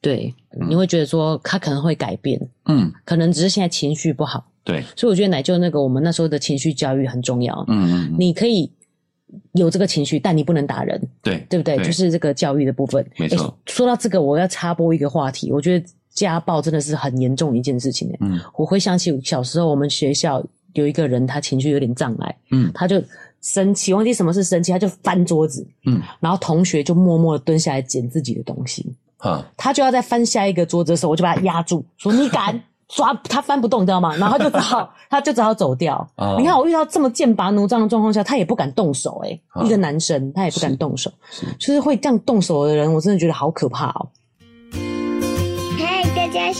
B: 对，
A: 嗯
B: 你会觉得说他可能会改变，
A: 嗯，
B: 可能只是现在情绪不好，
A: 对，
B: 所以我觉得奶舅那个我们那时候的情绪教育很重要。
A: 嗯嗯，嗯
B: 你可以有这个情绪，但你不能打人，
A: 对
B: 对不对？就是这个教育的部分。
A: 没错
B: 诶说到这个，我要插播一个话题，我觉得家暴真的是很严重的一件事情、诶欸
A: 嗯
B: 我回想起小时候我们学校有一个人，他情绪有点障碍，
A: 嗯
B: 他就生气，忘记什么是生气，他就翻桌子，
A: 嗯，
B: 然后同学就默默的蹲下来捡自己的东西，
A: 哈，
B: 他就要再翻下一个桌子的时候，我就把他压住，说你 敢抓他翻不动，你知道吗？然后他就只好他就只好走掉。
A: 哦
B: 你看我遇到这么剑拔弩张的状况下，他也不敢动手、欸，
A: 哦
B: 一个男生他也不敢
A: 是
B: 动手，
A: 是
B: 就是会这样动手的人，我真的觉得好可怕哦。
C: 嗨，大家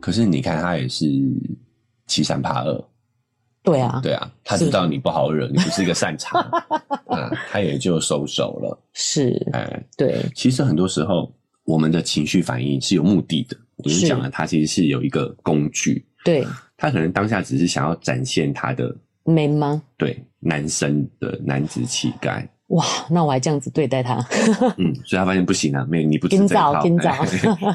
A: 可是你看，他也是欺善怕恶，
B: 对啊，
A: 对啊，他
B: 是
A: 知道你不好惹，你不是一个善 茬，啊，他也就收手了。
B: 是，
A: 哎，
B: 对，
A: 其实很多时候我们的情绪反应是有目的的。我就是讲了，他其实是有一个工具，
B: 对，
A: 他可能当下只是想要展现他的
B: 没吗？
A: 对男生的男子气概，
B: 哇，那我还这样子对待他，
A: 嗯，所以他发现不行啊，没有你不吃
B: 今
A: 这一套，
B: 早今早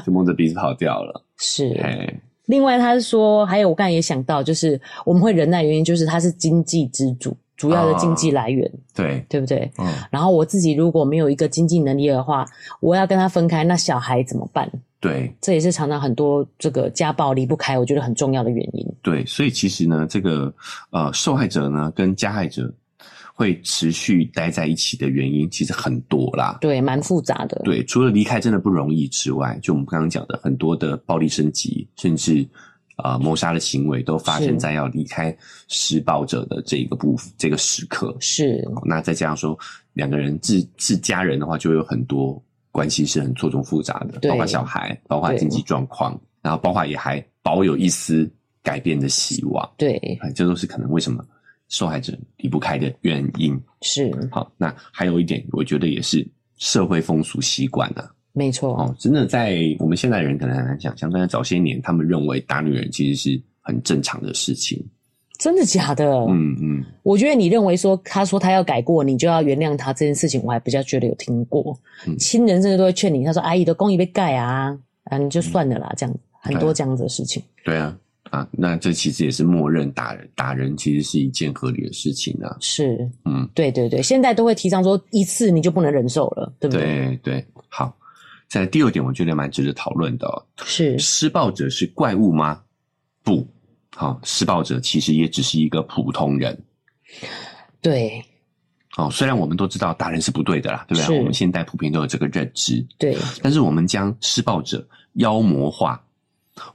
A: 就蒙着鼻子跑掉了。
B: 是。
A: 哎，
B: 另外，他说，还有我刚才也想到，就是我们会忍耐的原因，就是他是经济支柱，主要的经
A: 啊
B: 济来源，
A: 对，
B: 对不对？
A: 嗯，
B: 然后我自己如果没有一个经济能力的话，我要跟他分开，那小孩怎么办？
A: 对
B: 这也是常常很多这个家暴离不开，我觉得很重要的原因。
A: 对，所以其实呢，这个呃，受害者呢跟加害者会持续待在一起的原因其实很多啦。
B: 对，蛮复杂的。，
A: 对，除了离开真的不容易之外，就我们刚刚讲的很多的暴力升级，甚至呃谋杀的行为，都发
B: 是
A: 生在要离开施暴者的这一个部分这个时刻。
B: 是，
A: 那再加上说两个人是是家人的话，就会有很多关系是很错综复杂的，
B: 对
A: 包括小孩，包括经济状况，然后包括也还保有一丝改变的希望，
B: 对，
A: 哎，这都是可能为什么受害者离不开的原因。
B: 是，
A: 好，那还有一点，我觉得也是社会风俗习惯啊，
B: 没错，
A: 哦，真的在我们现代人可能很难想象，但在早些年，他们认为打女人其实是很正常的事情。
B: 真的假的？
A: 嗯嗯，
B: 我觉得你认为说他说他要改过，你就要原谅他这件事情，我还比较觉得有听过。
A: 嗯
B: 亲人甚至都会劝你，他说：“阿姨的公益被盖啊，啊，你就算了啦。”这样
A: 嗯
B: 很
A: 对
B: 多
A: 啊
B: 这样子的事情。
A: 对啊，啊，那这其实也是默认打人打人其实是一件合理的事情啊。
B: 是，
A: 嗯，
B: 对对对，现在都会提倡说一次你就不能忍受了，对不对？
A: 对对，好。在第二点，我觉得蛮值得讨论的、哦。
B: 是，
A: 施暴者是怪物吗？不，好、施暴者其实也只是一个普通人。
B: 对
A: 哦，虽然我们都知道打人是不对的啦，对不
B: 是
A: 对？我们现代普遍都有这个认知，
B: 对，
A: 但是我们将施暴者妖魔化，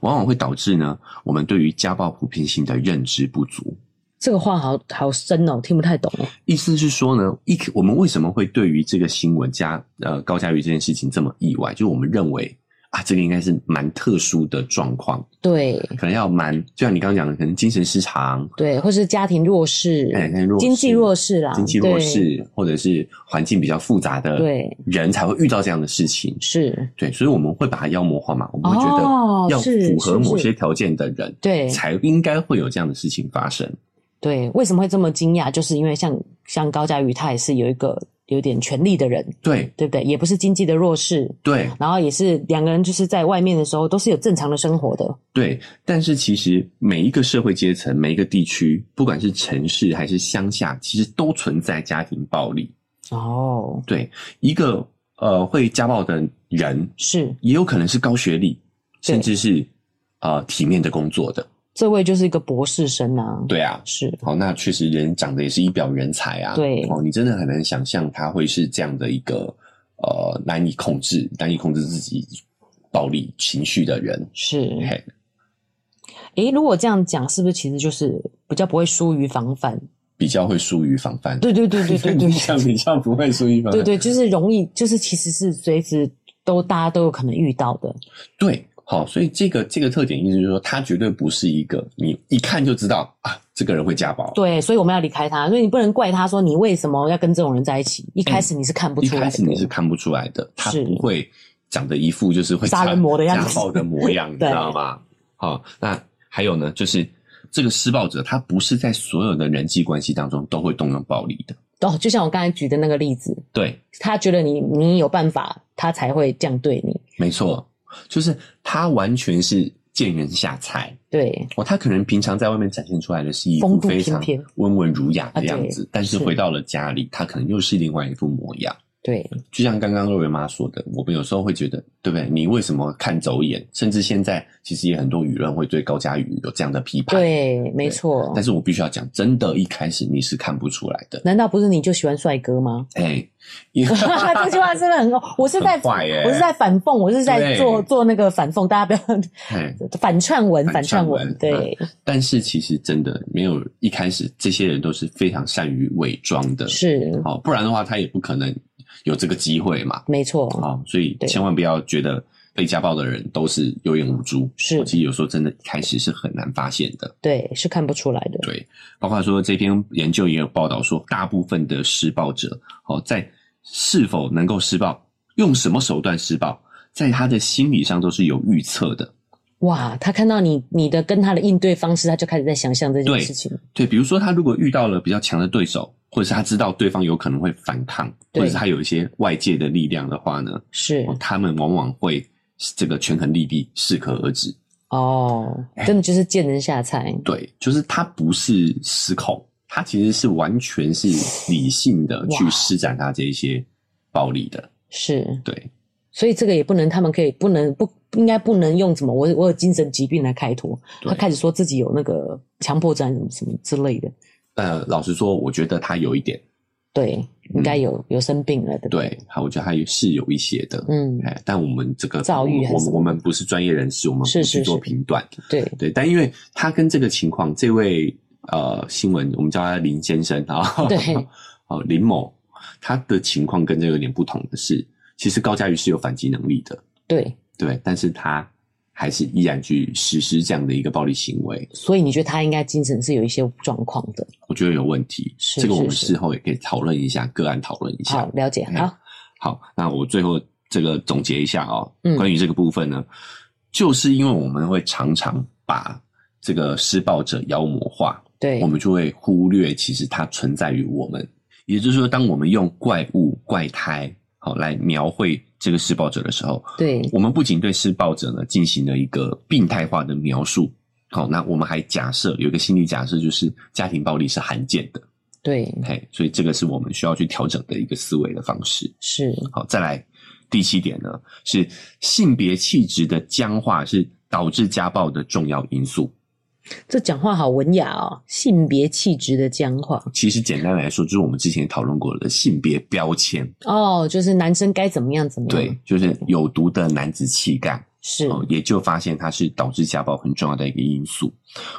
A: 往往会导致呢，我们对于家暴普遍性的认知不足。
B: 这个话好好深哦，听不太懂哦。
A: 意思是说呢，一我们为什么会对于这个新闻加呃高佳瑜这件事情这么意外？就是我们认为啊，这个应该是蛮特殊的状况，
B: 对
A: 可能要蛮就像你刚刚讲的，可能精神失常、
B: 对，或是家庭弱势，
A: 哎那弱势
B: 经济弱势啦，
A: 经济弱势，或者是环境比较复杂的
B: 对
A: 人才会遇到这样的事情
B: 对，。是，
A: 对，所以我们会把它妖魔化嘛，我们会觉
B: 哦
A: 得要
B: 是
A: 符合
B: 是
A: 某
B: 是
A: 些条件的人，
B: 对
A: 才应该会有这样的事情发生。
B: 对，为什么会这么惊讶？就是因为像像高佳瑜，他也是有一个有点权力的人，
A: 对
B: 对不对？也不是经济的弱势，
A: 对
B: 然后也是两个人就是在外面的时候都是有正常的生活的。
A: 对，但是其实每一个社会阶层、每一个地区，不管是城市还是乡下，其实都存在家庭暴力。
B: 哦，
A: 对，一个呃会家暴的人，
B: 是
A: 也有可能是高学历，
B: 对
A: 甚至是啊、呃体面的工作的。
B: 这位就是一个博士生啊，，
A: 对啊，
B: 是
A: 好，那确实人长得也是一表人才啊。
B: 对
A: 哦，你真的很难想象他会是这样的一个呃难以控制、难以控制自己暴力情绪的人。
B: 是。
A: 嘿，
B: 诶，如果这样讲，是不是其实就是比较不会疏于防范？
A: 比较会疏于防范。
B: 对对对 对对对
A: 你想比较不会疏于防范。
B: 对对，就是容易，就是其实是随时都大家都有可能遇到的。
A: 对，好，所以这个这个特点意思就是说，他绝对不是一个你一看就知道啊，这个人会家暴。，
B: 对，所以我们要离开他，所以你不能怪他说你为什么要跟这种人在一起。一开始你是看不
A: 嗯一
B: 出来
A: 开
B: 的，
A: 始你是看不出来的，他
B: 是
A: 不会长得一副就是会
B: 杀
A: 家
B: 人魔的样子
A: 家暴的模 样，你知
B: 对
A: 道吗？好，那还有呢，就是这个施暴者他不是在所有的人际关系当中都会动用暴力的，
B: 哦，就像我刚才举的那个例子，
A: 对，
B: 他觉得你你有办法，他才会这样对你。
A: 没错，就是他完全是见人下菜。
B: 对，
A: 哦，他可能平常在外面展现出来的是一
B: 风
A: 副
B: 度
A: 非
B: 翩
A: 常
B: 翩
A: 温文儒雅
B: 啊
A: 的样
B: 对
A: 子，但是
B: 是
A: 回到了家里，他可能又是另外一副模样。
B: 对，
A: 就像刚刚肉圆妈说的，我们有时候会觉得，对不对？你为什么看走眼？甚至现在其实也很多舆论会对高佳瑜有这样的批 判。，
B: 对，没错
A: 但。是我必须要讲，真的，一开始你是看不出来的。
B: 难道不是你就喜欢帅 哥吗？
A: 哎， 因为
B: 这句话是不是很？我是在
A: 很坏耶
B: 我是在反讽，我是在
A: 对
B: 做做那个反讽，大家不要
A: 哎
B: 反串文，
A: 反
B: 反
A: 串
B: 串
A: 文嗯
B: 文，对，
A: 但是其实真的没有一开始，这些人都是非常善于伪装的。，
B: 是
A: 好、不然的话他也不可能有这个机会嘛。
B: 没错，
A: 啊、所以
B: 嗯对
A: 千万不要觉得被家暴的人都是有眼无珠，哦
B: 是
A: 其实有时候真的一开始是很难发现的。
B: 对，是看不出来的，
A: 对，包括说这篇研究也有报道说，大部分的施暴者哦，在是否能够施暴，用什么手段施暴，在他的心理上都是有预测的。
B: 哇，他看到你你的跟他的应对方式，他就开始在想象这件
A: 对
B: 事情，
A: 对，比如说他如果遇到了比较强的对手，或者是他知道对方有可能会反抗，或
B: 对
A: 者是他有一些外界的力量的话呢，
B: 是
A: 哦他们往往会这个权衡利弊，适可而止。
B: 哦，真的就是见人下菜，
A: 对，就是他不是失控，他其实是完全是理性的去
B: 哇
A: 施展他这一些暴力的。
B: 是，
A: 对，
B: 所以这个也不能，他们可以不能不应该不能用什么我我有精神疾病来开脱，
A: 对
B: 他开始哦说自己有那个强迫症什么什么之类的，
A: 呃，老实说，我觉得他有一点，
B: 对，应该有有生病了，对
A: 嗯
B: 不
A: 对，好我觉得他是有一些的。
B: 嗯，
A: 哎，但我们这个
B: 躁郁还是
A: 我
B: 什
A: 们
B: 么
A: 我们不是专业人士，我们
B: 是
A: 不
B: 是
A: 去做
B: 是
A: 评断。
B: 对，
A: 对，但因为他跟这个情况，这位呃新闻我们叫他林先生啊，
B: 对，
A: 哦林某，他的情况跟这有点不同的是，其实高佳瑜是有反击能力的。
B: 对，
A: 对，但是他还是依然去实施这样的一个暴力行为，
B: 所以你觉得他应该精神是有一些状况的？
A: 我觉得有问题。
B: 是
A: 这个我们
B: 是是
A: 事后也可以讨论一下，个案讨论一下。
B: 好，了解，
A: 哎
B: 好，
A: 好，那我最后这个总结一下哦，
B: 嗯
A: 关于这个部分呢，就是因为我们会常常把这个施暴者妖魔化，
B: 对
A: 我，们就会忽略其实它存在于我们。也就是说，当我们用怪物、怪胎好来描绘这个施暴者的时候，
B: 对，
A: 我们不仅对施暴者呢进行了一个病态化的描述，好，那我们还假设有一个心理假设，就是家庭暴力是罕见的，
B: 对，
A: 嘿，所以这个是我们需要去调整的一个思维的方式。
B: 是，
A: 好，再来第七点呢，是性别气质的僵化是导致家暴的重要因素。
B: 这讲话好文雅哦，性别气质的僵化
A: 其实简单来说，就是我们之前讨论过的性别标签，
B: 哦，就是男生该怎么样怎么样，
A: 对，就是有毒的男子气概。
B: 是，
A: 哦，也就发现它是导致家暴很重要的一个因素。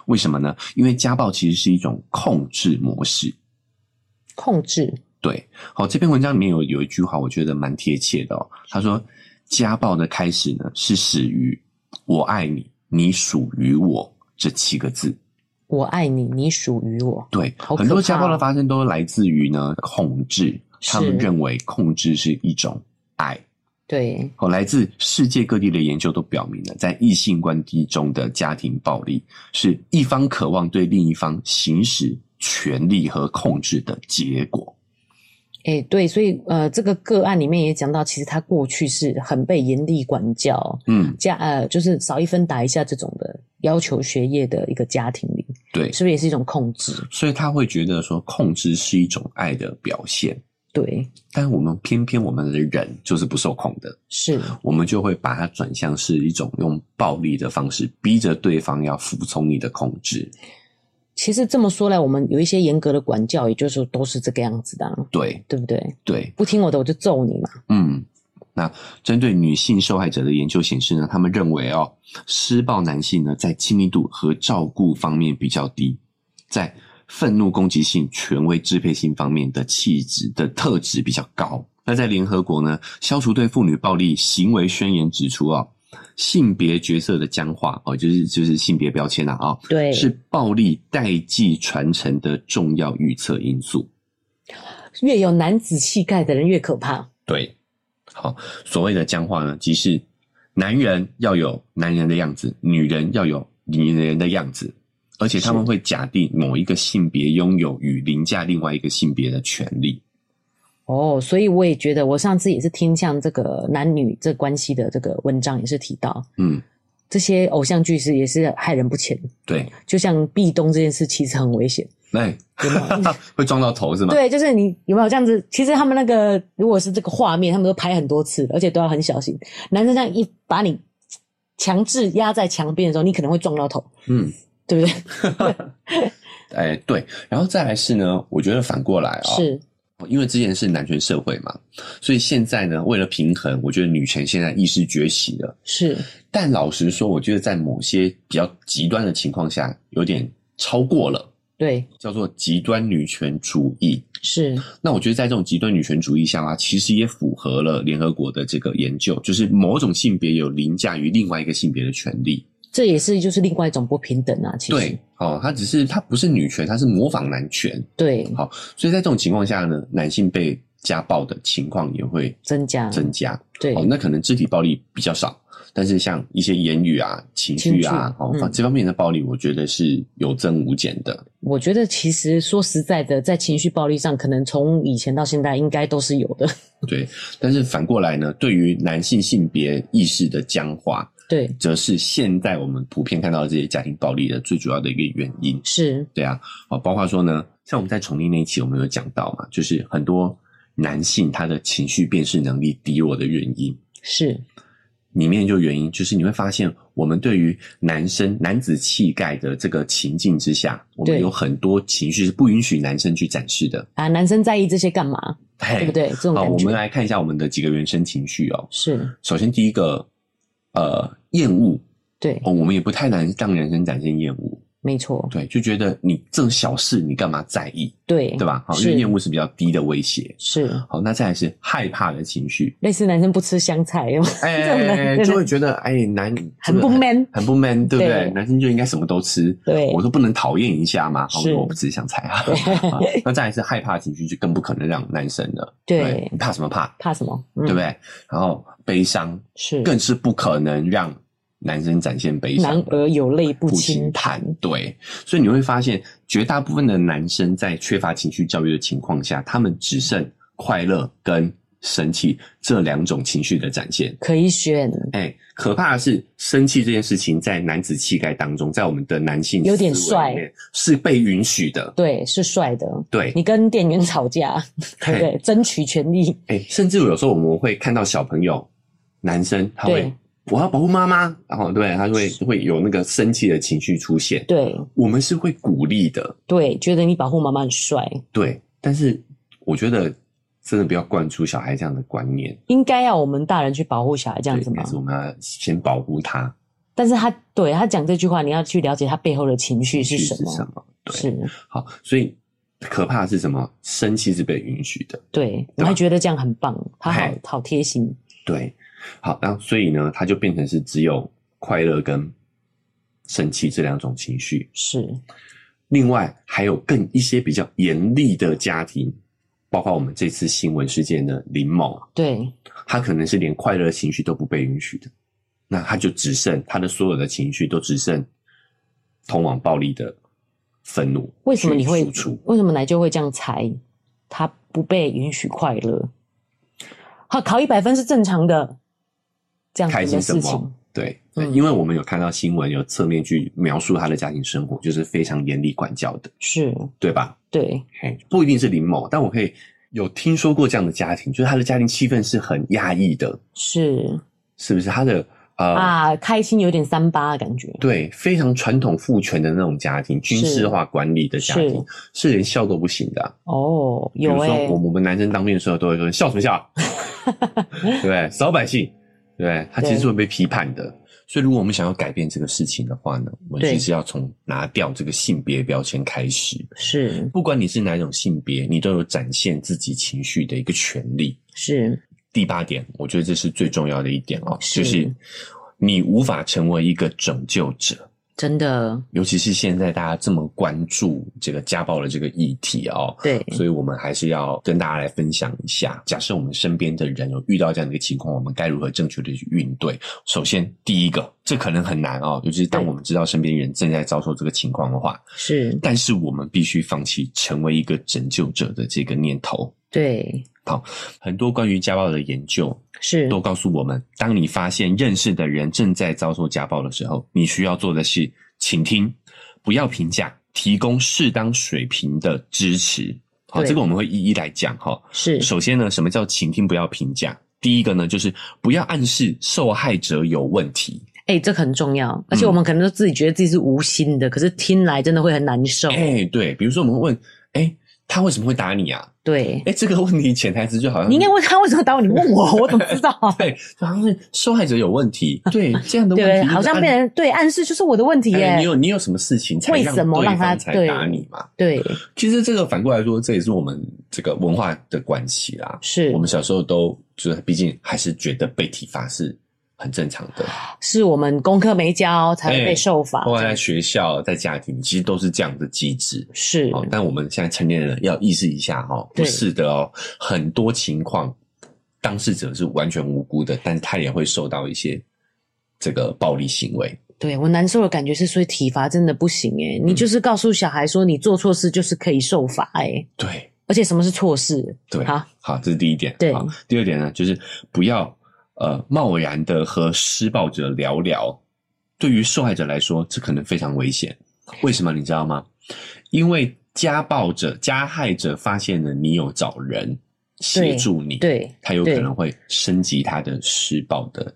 A: 为什么呢？因为家暴其实是一种控制模式。
B: 控制，
A: 对，好，这篇文章里面有有一句话，我觉得蛮贴切的哦。他说，家暴的开始呢，是始于“我爱你，你属于我”这七个字。
B: 我爱你，你属于我，
A: 对，
B: 好可
A: 很多家暴
B: 怕
A: 的
B: 哦
A: 发生都来自于呢控制，他们
B: 是
A: 认为控制是一种爱。
B: 对，
A: 哦，来自世界各地的研究都表明了，在异性关系中的家庭暴力是一方渴望对另一方行使权力和控制的结果。
B: 哎，对，所以呃，这个个案里面也讲到，其实他过去是很被严厉管教，
A: 嗯，
B: 家呃就是少一分打一下这种的要求学业的一个家庭里，
A: 对，
B: 是不是也是一种控制？
A: 所以他会觉得说控制是一种爱的表现，
B: 对，
A: 但我们偏偏我们的人就是不受控的，
B: 是，
A: 我们就会把它转向是一种用暴力的方式逼着对方要服从你的控制。
B: 其实这么说来，我们有一些严格的管教，也就是说都是这个样子的、啊，
A: 对
B: 对不对？
A: 对，
B: 不听我的，我就揍你嘛。
A: 嗯。那针对女性受害者的研究显示呢，他们认为哦，施暴男性呢在亲密度和照顾方面比较低，在愤怒、攻击性、权威、支配性方面的气质的特质比较高。那在联合国呢，消除对妇女暴力行为宣言指出哦，性别角色的僵化哦，就是就是性别标签啦啊、哦，
B: 对，
A: 是暴力代际传承的重要预测因素。
B: 越有男子气概的人越可怕。
A: 对，好，所谓的僵化呢，即是男人要有男人的样子，女人要有女人的样子，而且他们
B: 是
A: 会假定某一个性别拥有与凌驾另外一个性别的权利。
B: 哦，所以我也觉得，我上次也是听像这个男女这关系的这个文章也是提到，
A: 嗯，
B: 这些偶像剧是也是害人不浅，
A: 对，
B: 就像壁咚这件事其实很危险，
A: 那
B: 有没 有？
A: 会撞到头是吗？
B: 对，就是你有没有这样子？其实他们那个如果是这个画面，他们都拍很多次，而且都要很小心。男生这样一把你强制压在墙边的时候，你可能会撞到头，
A: 嗯，
B: 对哦不对？
A: 哎、对，然后再来是呢，我觉得反过来啊、
B: 是
A: 因为之前是男权社会嘛，所以现在呢，为了平衡，我觉得女权现在意识觉醒了。
B: 是，
A: 但老实说，我觉得在某些比较极端的情况下，有点超过了，
B: 对，
A: 叫做极端女权主义。
B: 是
A: 那我觉得在这种极端女权主义下啊，其实也符合了联合国的这个研究，就是某种性别有凌驾于另外一个性别的权利。
B: 这也是就是另外一种不平等啊，其实
A: 对，哦，它只是它不是女权，它是模仿男权。
B: 对
A: 所以在这种情况下呢，男性被家暴的情况也会
B: 增加
A: 增加。
B: 对
A: 哦，那可能肢体暴力比较少，但是像一些言语啊、情绪啊
B: 情绪，
A: 哦，
B: 嗯
A: 反这方面的暴力，我觉得是有增无减的。
B: 我觉得其实说实在的，在情绪暴力上，可能从以前到现在应该都是有的。
A: 对，但是反过来呢，对于男性性别意识的僵化，
B: 对，
A: 则是现在我们普遍看到的这些家庭暴力的最主要的一个原因。
B: 是
A: 对啊，哦，包括说呢，像我们在重庆那一期，我们有讲到嘛，就是很多男性他的情绪辨识能力低落的原因。
B: 是，
A: 里面就原因就是你会发现，我们对于男生男子气概的这个情境之下，我们
B: 对
A: 有很多情绪是不允许男生去展示的，
B: 啊，男生在意这些干嘛？
A: 对
B: 对不？对？这
A: 哎
B: 种
A: 好，
B: 感
A: 我们
B: 觉
A: 来看一下我们的几个原生情绪哦。
B: 是
A: 首先，第一个，呃，厌恶
B: 对，
A: 哦，我们也不太难让人生展现厌恶，
B: 没错，
A: 对，就觉得你这小事你干嘛在意，
B: 对
A: 对吧？好，因
B: 哎是
A: 为厌恶是比较低的威胁。
B: 是
A: 好，那再来是害怕的情绪，
B: 类似男生不吃香菜， 有没有
A: 哎
B: 这种人
A: 哎，哎
B: 真的
A: 就会觉得哎，男这
B: 很
A: 个
B: 不 man。
A: 很不 man，对不对？
B: 对
A: 男生就应该什么都吃，
B: 对
A: 我说不能讨厌一下吗？好，
B: 是
A: 我不吃香菜啊。
B: 对
A: 啊那再来是害怕情绪，就更不可能让男生了。
B: 对
A: 你怕什么怕？
B: 怕什么？嗯
A: 对不对？然后悲伤
B: 是
A: 更是不可能让男生展现悲伤
B: 男
A: 的，
B: 儿有泪不
A: 不
B: 轻
A: 轻
B: 弹
A: 弹。。对，所以你会发现，绝大部分的男生在缺乏情绪教育的情况下，他们只剩快乐跟生气这两种情绪的展现。
B: 可以选，
A: 哎，可怕的是，生气这件事情在男子气概当中，在我们的男性
B: 有点
A: 思维里面是被允许的。
B: 对，是帅的。
A: 对，
B: 你跟店员吵架，对不对？争取权利，
A: 哎，甚至有时候我们会看到小朋友，男生他会
B: 对
A: 我要保护妈妈，然后对，他会会有那个生气的情绪出现。
B: 对
A: 我们是会鼓励的，
B: 对，觉得你保护妈妈很帅，
A: 对。但是我觉得真的不要灌输小孩这样的观念，
B: 应该要我们大人去保护小孩这样
A: 对，
B: 子吗
A: 但？是我们要先保护他
B: 但是他对他讲这句话，你要去了解他背后的情绪是
A: 去
B: 什
A: 是什
B: 么。
A: 么？对，
B: 是，
A: 好，所以可怕的是什么？生气是被允许的。
B: 对，我还觉得这样很棒，他好
A: 嘿
B: 好贴心。
A: 对，好，那所以呢，它就变成是只有快乐跟生气这两种情绪。
B: 是，
A: 另外，还有更一些比较严厉的家庭，包括我们这次新闻事件的林某，
B: 对，
A: 他可能是连快乐情绪都不被允许的，那他就只剩他的所有的情绪都只剩通往暴力的愤怒去输出。
B: 为什么你会为什么奶就会这样裁？他不被允许快乐。好，考一百分是正常的，这样
A: 开
B: 子
A: 心
B: 的
A: 什
B: 事
A: 么
B: 情。？
A: 对对，
B: 嗯
A: 因为我们有看到新闻有侧面去描述他的家庭生活，就是非常严厉管教的，
B: 是，
A: 对吧？
B: 对，
A: 嘿，不一定是林某，但我可以有听说过这样的家庭，就是他的家庭气氛是很压抑的，
B: 是
A: 是不是？他的呃，
B: 啊，开心有点三八的感觉。
A: 对，非常传统父权的那种家庭，军事化管理的家庭，是连笑都不行的啊、
B: 哦，
A: 比如
B: 有
A: 说
B: 哎、
A: 我们我们男生当兵的时候都会说笑什么 笑，对不对？老百姓，对不对，他其实是会被批判的。所以，如果我们想要改变这个事情的话呢，我们
B: 对
A: 其实要从拿掉这个性别标签开始。
B: 是
A: 不管你是哪一种性别，你都有展现自己情绪的一个权利。
B: 是
A: 第八点，我觉得这是最重要的一点哦，
B: 是
A: 就是你无法成为一个拯救者，
B: 真的，
A: 尤其是现在大家这么关注这个家暴的这个议题哦。
B: 对，
A: 所以，我们还是要跟大家来分享一下。假设我们身边的人有遇到这样的一个情况，我们该如何正确的去应对？首先，第一个，这可能很难哦，尤其是当
B: 对
A: 我们知道身边人正在遭受这个情况的话，
B: 是，
A: 但是我们必须放弃成为一个拯救者的这个念头。
B: 对，
A: 很多关于家暴的研究
B: 是
A: 都告诉我们，当你发现认识的人正在遭受家暴的时候，你需要做的是倾听，不要评价，提供适当水平的支持。好，
B: 对
A: 这个我们会一一来讲哈。
B: 是
A: 首先呢，什么叫倾听不要评价？第一个呢，就是不要暗示受害者有问题。
B: 哎、这个很重要，而且
A: 嗯
B: 我们可能都自己觉得自己是无心的，可是听来真的会很难受。
A: 哎、对，比如说我们会问，哎、他为什么会打你啊？
B: 对
A: 哎、，这个问题潜台词就好像
B: 你应该问他为什么打我，你问我，我怎么知 道？
A: 对，就好像是受害者有问题， 对这样的
B: 对
A: 问
B: 不
A: 题，
B: 对，好像变成对暗示就是我的问题耶、
A: 哎，你有你有什么事情才
B: 为什么
A: 对
B: 让他
A: 方才
B: 对
A: 打你嘛？
B: 对，
A: 其实这个反过来说，这也是我们这个文化的关系啦。
B: 是
A: 我们小时候都就是，毕竟还是觉得被体罚是很正常的。
B: 是我们功课没教才会
A: 哎
B: 被受罚，
A: 包括在学校、在家庭，其实都是这样的机制。
B: 是
A: 哦，但我们现在成年人要意识一下哦，
B: 对
A: 不是的哦，很多情况当事者是完全无辜的，但是他也会受到一些这个暴力行为。
B: 对我难受的感觉是，所以体罚真的不行哎、
A: 嗯
B: 你就是告诉小孩说你做错事就是可以受罚哎、
A: 对
B: 而且什么是错事？
A: 对，
B: 好，
A: 好，这是第一点。
B: 对
A: 好，第二点呢，就是不要呃贸然的和施暴者聊聊。对于受害者来说，这可能非常危险。为什么你知道吗？因为家暴者、加害者发现了你有找人协助你，
B: 对，
A: 他有
B: 对
A: 可能会升级他的施暴的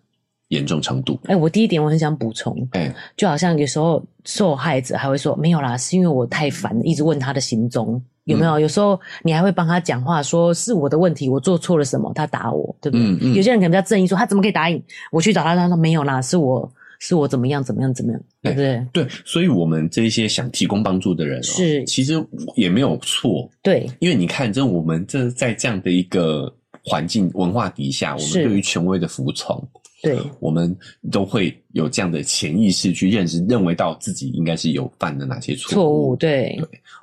A: 严重程度。
B: 哎、我第一点我很想补充，
A: 哎、
B: 就好像有时候受害者还会说没有啦，是因为我太烦，一直问他的行踪有没有。
A: 嗯
B: 有时候你还会帮他讲话说是我的问题，我做错了什么，他打我，对不对？
A: 嗯嗯
B: 有些人可能比较正义说，他怎么可以打你？我去找他，他说没有啦，是我是我怎么样怎么样怎么样，对不 对？
A: 对，所以我们这些想提供帮助的人、哦，
B: 是
A: 其实也没有错，
B: 对，
A: 因为你看，这我们这在这样的一个环境文化底下，我们
B: 是
A: 对于权威的服从，
B: 对，
A: 我们都会有这样的潜意识去认识，认为到自己应该是有犯的哪些错
B: 错误，对，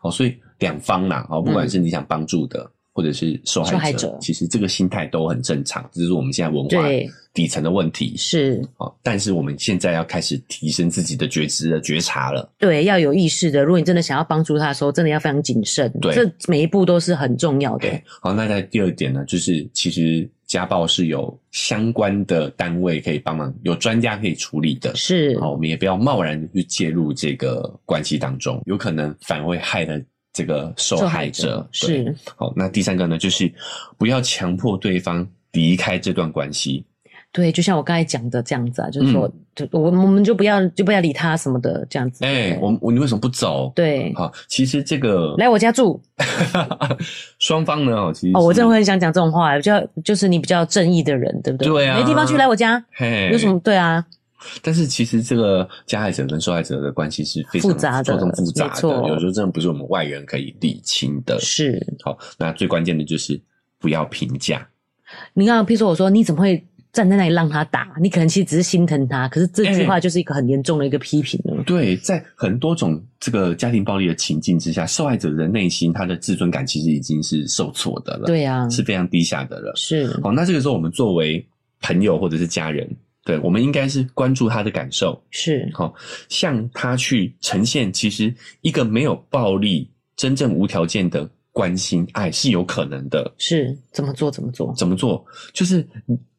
A: 哦，所以两方啦，哦，不管是你想帮助的。或者是受害者，
B: 受害者
A: 其实这个心态都很正常，这是我们现在文化
B: 对
A: 底层的问题。
B: 是，
A: 哦，但是我们现在要开始提升自己的觉知的觉察了。
B: 对，要有意识的。如果你真的想要帮助他的时候，真的要非常谨慎，
A: 对
B: 这每一步都是很重要的。
A: 对，好，那在第二点呢，就是其实家暴是有相关的单位可以帮忙，有专家可以处理的。
B: 是，
A: 好，我们也不要贸然的去介入这个关系当中，有可能反而会害了这个受
B: 受
A: 害者。对，
B: 是
A: 好，那第三个呢，就是不要强迫对方离开这段关系。
B: 对，就像我刚才讲的这样子啊，就是说，
A: 嗯
B: 就我们我们就不要就不要理他什么的这样子。
A: 哎、
B: 对
A: 我我你为什么不走？，
B: 对，
A: 好，其实这个
B: 来我家住
A: 双方呢，哦，其实
B: 哦，我真的
A: 是
B: 会很想讲这种话，比较就是你比较正义的人，对不对？
A: 对啊哎
B: 没地方去来我家，
A: 嘿
B: 有什么对啊？
A: 但是其实这个加害者跟受害者的关系是非常
B: 复杂的
A: 错综复杂
B: 没
A: 的，
B: 错
A: 有时候真的不是我们外人可以理清的。
B: 是，
A: 好，那最关键的就是不要评价，
B: 你刚刚譬如说我说你怎么会站在那里让他打？你可能其实只是心疼他，可是这句
A: 哎
B: 话就是一个很严重的一个批评了。
A: 对，在很多种这个家庭暴力的情境之下，受害者的内心他的自尊感其实已经是受挫的了，、
B: 对啊，
A: 是非常低下的了。
B: 是
A: 好，那这个时候我们作为朋友或者是家人，对我们应该是关注他的感受，
B: 是
A: 好、向他去呈现，其实一个没有暴力、真正无条件的关心、爱是有可能的。
B: 是怎么做怎 么做
A: 怎么做？就是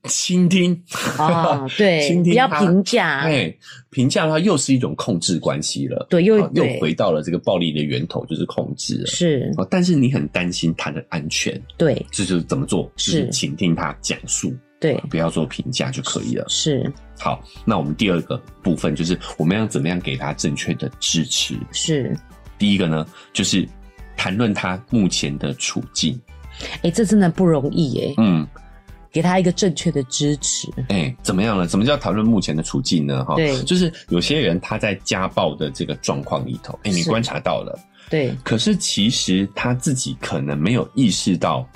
A: 倾听
B: 啊？对，
A: 倾
B: 不
A: 听
B: 要
A: 他
B: 评价，
A: 哎，评价它又是一种控制关系了，
B: 对，又
A: 好又
B: 对
A: 回到了这个暴力的源头，就是控制了。
B: 是
A: 哦，但是你很担心他的安全，
B: 对
A: 这就是怎么做？就是是倾听他讲述，
B: 对
A: 不要做评价就可以了。
B: 是
A: 好，那我们第二个部分就是我们要怎么样给他正确的支持。
B: 是，
A: 第一个呢，就是谈论他目前的处境。
B: 哎，这真的不容易哎，
A: 嗯，
B: 给他一个正确的支持，
A: 哎、怎么样了？什么叫讨论目前的处境呢？哈，
B: 对
A: 就是有些人他在家暴的这个状况里头，哎、你
B: 是
A: 观察到了，
B: 对
A: 可是其实他自己可能没有意识到，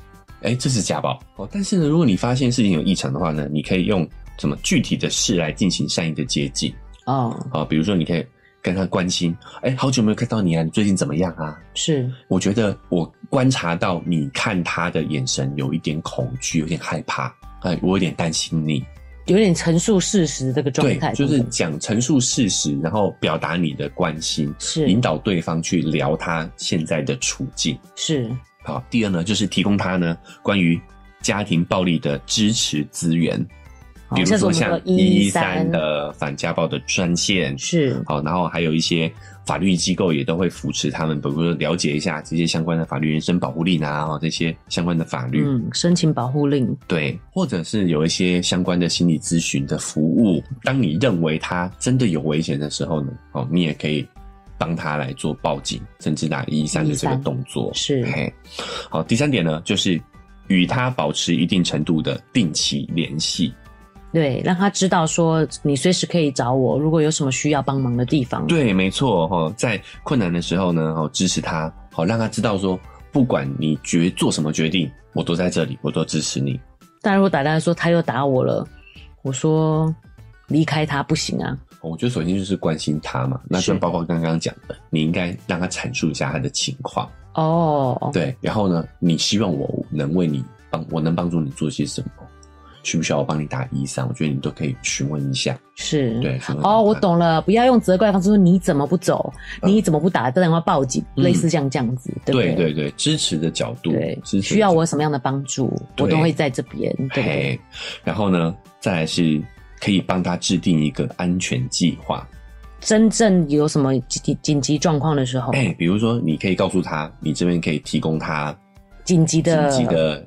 A: 哎、这是家暴哦。但是呢，如果你发现事情有异常的话呢，你可以用什么具体的事来进行善意的接近
B: 哦，
A: 啊、比如说你可以跟他关心，哎、好久没有看到你啊，你最近怎么样啊？
B: 是
A: 我觉得我观察到你看他的眼神有一点恐惧，有点害怕，哎、我有点担心你。
B: 有点陈述事实这个状
A: 对
B: 态，，
A: 就是
B: 等等
A: 讲陈述事实，然后表达你的关心，
B: 是
A: 引导对方去聊他现在的处境。
B: 是
A: 好，第二呢，就是提供他呢关于家庭暴力的支持资源，
B: 好
A: 比如
B: 下次我
A: 说像
B: 们说
A: 一
B: 113
A: 三的反家暴的专线，
B: 是
A: 好，然后还有一些法律机构也都会扶持他们，比如说了解一下这些相关的法律、人身保护令啊，哦这些相关的法律，
B: 嗯，申请保护令
A: 对，或者是有一些相关的心理咨询的服务。当你认为他真的有危险的时候呢，哦，你也可以帮他来做报警，甚至打一三的这个
B: 113
A: 动作。
B: 是
A: 嘿，好，第三点呢，就是与他保持一定程度的定期联系。
B: 对，让他知道说你随时可以找我，如果有什么需要帮忙的地方，
A: 对，没错哈、哦，在困难的时候呢，哦，支持他，好、让他知道说，不管你决做什么决定，我都在这里，我都支持你。
B: 但如果打电话说他又打我了，我说离开他不行啊，
A: 哦我觉得首先就是关心他嘛，那
B: 是
A: 就包括刚刚讲的，你应该让他阐述一下他的情况，
B: 哦，
A: 对，然后呢，你希望我能为你帮，我能帮助你做些什么？需不需要我帮你打一三？我觉得你都可以询问一下，
B: 是，
A: 嗯对。询问看
B: 哦，
A: 看
B: 我。懂了，不要用责怪的方式说你怎么不走，
A: 嗯
B: 你怎么不打电话报警，
A: 嗯
B: 类似像这样子，对不
A: 对对
B: 对
A: 对，支持的角度，支持的
B: 对，需要
A: 角
B: 我
A: 度
B: 什么样的帮助，我
A: 对
B: 都会在这边，对不对？
A: 嘿，然后呢，再来是可以帮他制定一个安全计划。
B: 真正有什么紧紧急状况的时候，
A: 哎、比如说，你可以告诉他，你这边可以提供他
B: 紧急
A: 紧
B: 的
A: 急的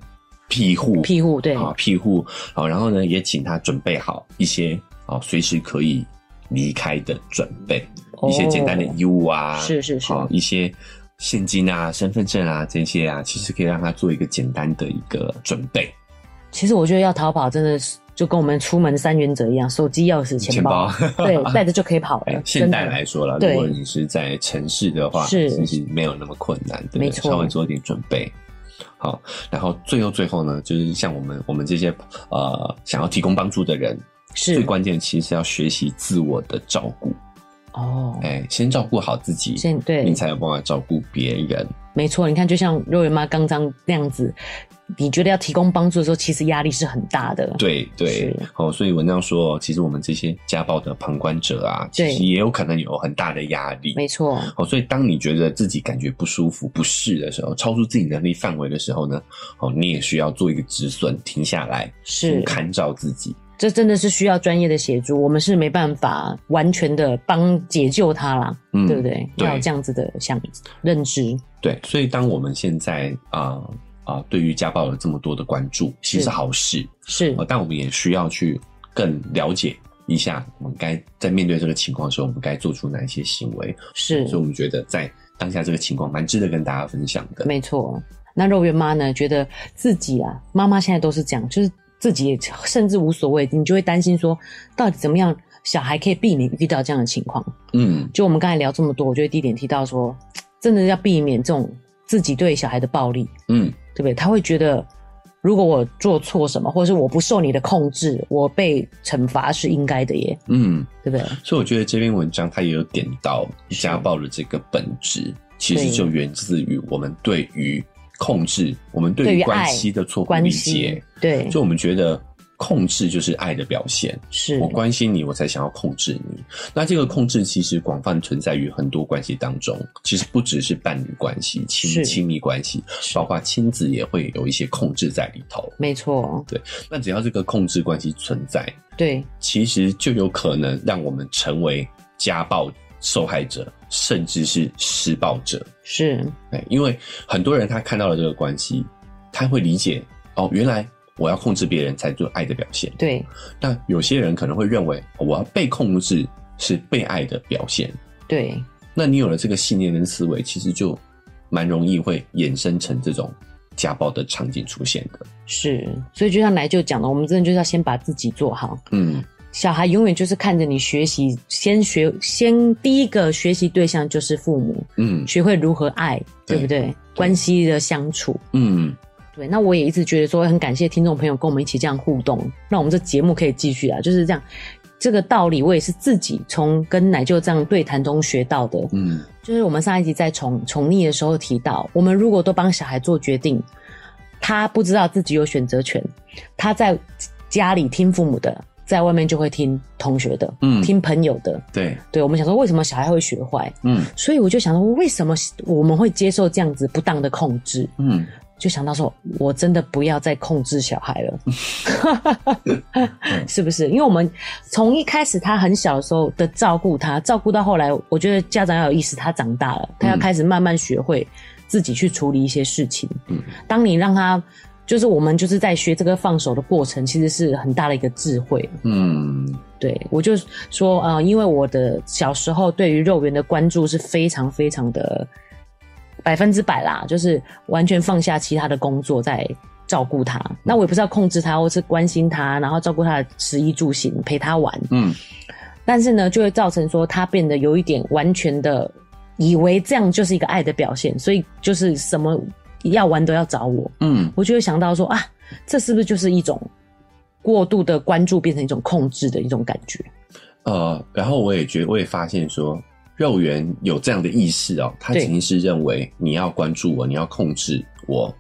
A: 庇护，
B: 庇护，对，
A: 啊，庇护好，然后呢，也请他准备好一些啊，随时可以离开的准备，一些简单的
B: 哦
A: 衣物啊，
B: 是是是
A: 好一些现金啊、身份证啊这些啊，其实可以让他做一个简单的一个准备。
B: 其实我觉得要逃跑真的是就跟我们出门三原则一样，手机、钥匙、钱包，
A: 钱
B: 对， 带着就可以跑
A: 嗯哎
B: 了。
A: 现代
B: 真的
A: 来说了，
B: 对
A: 如果你是在城市的话，
B: 是
A: 其实没有那么困难，对不对
B: 没错
A: 稍微做一点准备。好，然后最后最后呢，就是像我们我们这些呃想要提供帮助的人，最
B: 是
A: 关键其实是要学习自我的照顾。
B: 哦，
A: 哎，先照顾好自己，
B: 现对
A: 你，才有办法照顾别人。
B: 没错。你看，就像肉圆妈刚刚那样子，你觉得要提供帮助的时候，其实压力是很大的。，
A: 对对
B: 是，
A: 哦，所以文章说哦，其实我们这些家暴的旁观者啊，其
B: 对
A: 实也有可能有很大的压力。
B: 没错，
A: 哦，所以当你觉得自己感觉不舒服、不适的时候，超出自己能力范围的时候呢，哦，你也需要做一个止损，停下来，
B: 是
A: 看照自己。
B: 这真的是需要专业的协助，我们是没办法完全的帮解救他啦，
A: 嗯，
B: 对不对？
A: 对
B: 要有这样子的想认知，
A: 对，所以当我们现在啊啊、对于家暴有这么多的关注，其实
B: 是
A: 是好事。
B: 是
A: 呃，但我们也需要去更了解一下，我们该在面对这个情况的时候，我们该做出哪一些行为。
B: 是
A: 所以，我们觉得在当下这个情况，蛮值得跟大家分享的。
B: 没错。那肉圆妈呢，觉得自己啊，妈妈现在都是这样，就是自己也甚至无所谓，你就会担心说，到底怎么样，小孩可以避免遇到这样的情况。
A: 嗯，
B: 就我们刚才聊这么多，我觉得第一点提到说，真的要避免这种自己对小孩的暴力，
A: 嗯，
B: 对不对？他会觉得，如果我做错什么，或者是我不受你的控制，我被惩罚是应该的耶，
A: 嗯。
B: 对不对？
A: 所以我觉得这篇文章它也有点到家暴的这个本质，其实就源自于我们对于控制，我们对
B: 对于
A: 于
B: 爱
A: 关系的错误
B: 关
A: 理
B: 系嗯
A: 解。
B: 对
A: 所以我们觉得控制就是爱的表现。
B: 是
A: 我关心你，我才想要控制你。那这个控制其实广泛存在于很多关系当中，其实不只是伴侣关系、亲
B: 是
A: 亲密关系，包括亲子也会有一些控制在里头。
B: 没错，
A: 那只要这个控制关系存在，
B: 对，
A: 其实就有可能让我们成为家暴受害者，甚至是施暴者。
B: 是
A: 哎，因为很多人他看到了这个关系，他会理解哦，原来我要控制别人才做爱的表现。
B: 对，
A: 但有些人可能会认为，哦我要被控制是被爱的表现。
B: 对，
A: 那你有了这个信念跟思维，其实就蛮容易会衍生成这种家暴的场景出现的。
B: 是。所以就像来就讲的，我们真的就是要先把自己做好。
A: 嗯，
B: 小孩永远就是看着你学习，先学，先第一个学习对象就是父母，
A: 嗯
B: 学会如何爱，对不对？关系的相处。
A: 嗯，
B: 对，那我也一直觉得说，很感谢听众朋友跟我们一起这样互动，让我们这节目可以继续啊，就是这样。这个道理我也是自己从跟奶舅这样对谈中学到的。
A: 嗯，
B: 就是我们上一集在宠宠溺的时候提到，我们如果都帮小孩做决定，他不知道自己有选择权，他在家里听父母的，在外面就会听同学的，
A: 嗯
B: 听朋友的。
A: 对，
B: 对，我们想说为什么小孩会学坏，
A: 嗯
B: 所以我就想说，为什么我们会接受这样子不当的控制？
A: 嗯，
B: 就想到说，我真的不要再控制小孩了， 是不是？因为我们从一开始他很小的时候的照顾他，照顾到后来，我觉得家长要有意识，他长大了，他要开始慢慢学会自己去处理一些事情。
A: 嗯，
B: 当你让他，就是我们就是在学这个放手的过程，其实是很大的一个智慧。
A: 嗯，
B: 对我就说，呃，因为我的小时候对于肉圆的关注是非常非常的百分之百啦，就是完全放下其他的工作在照顾他。那我也不是要控制他，或是关心他，然后照顾他的食衣住行，陪他玩。
A: 嗯，
B: 但是呢，就会造成说他变得有一点完全的以为这样就是一个爱的表现，所以就是什么要玩都要找我。
A: 嗯，
B: 我就会想到说啊，这是不是就是一种过度的关注变成一种控制的一种感觉？
A: 呃，然后我也觉，我也发现说，肉圆有这样的意识哦，他
B: 对
A: 潜意识认为你要关注我，你要控制我，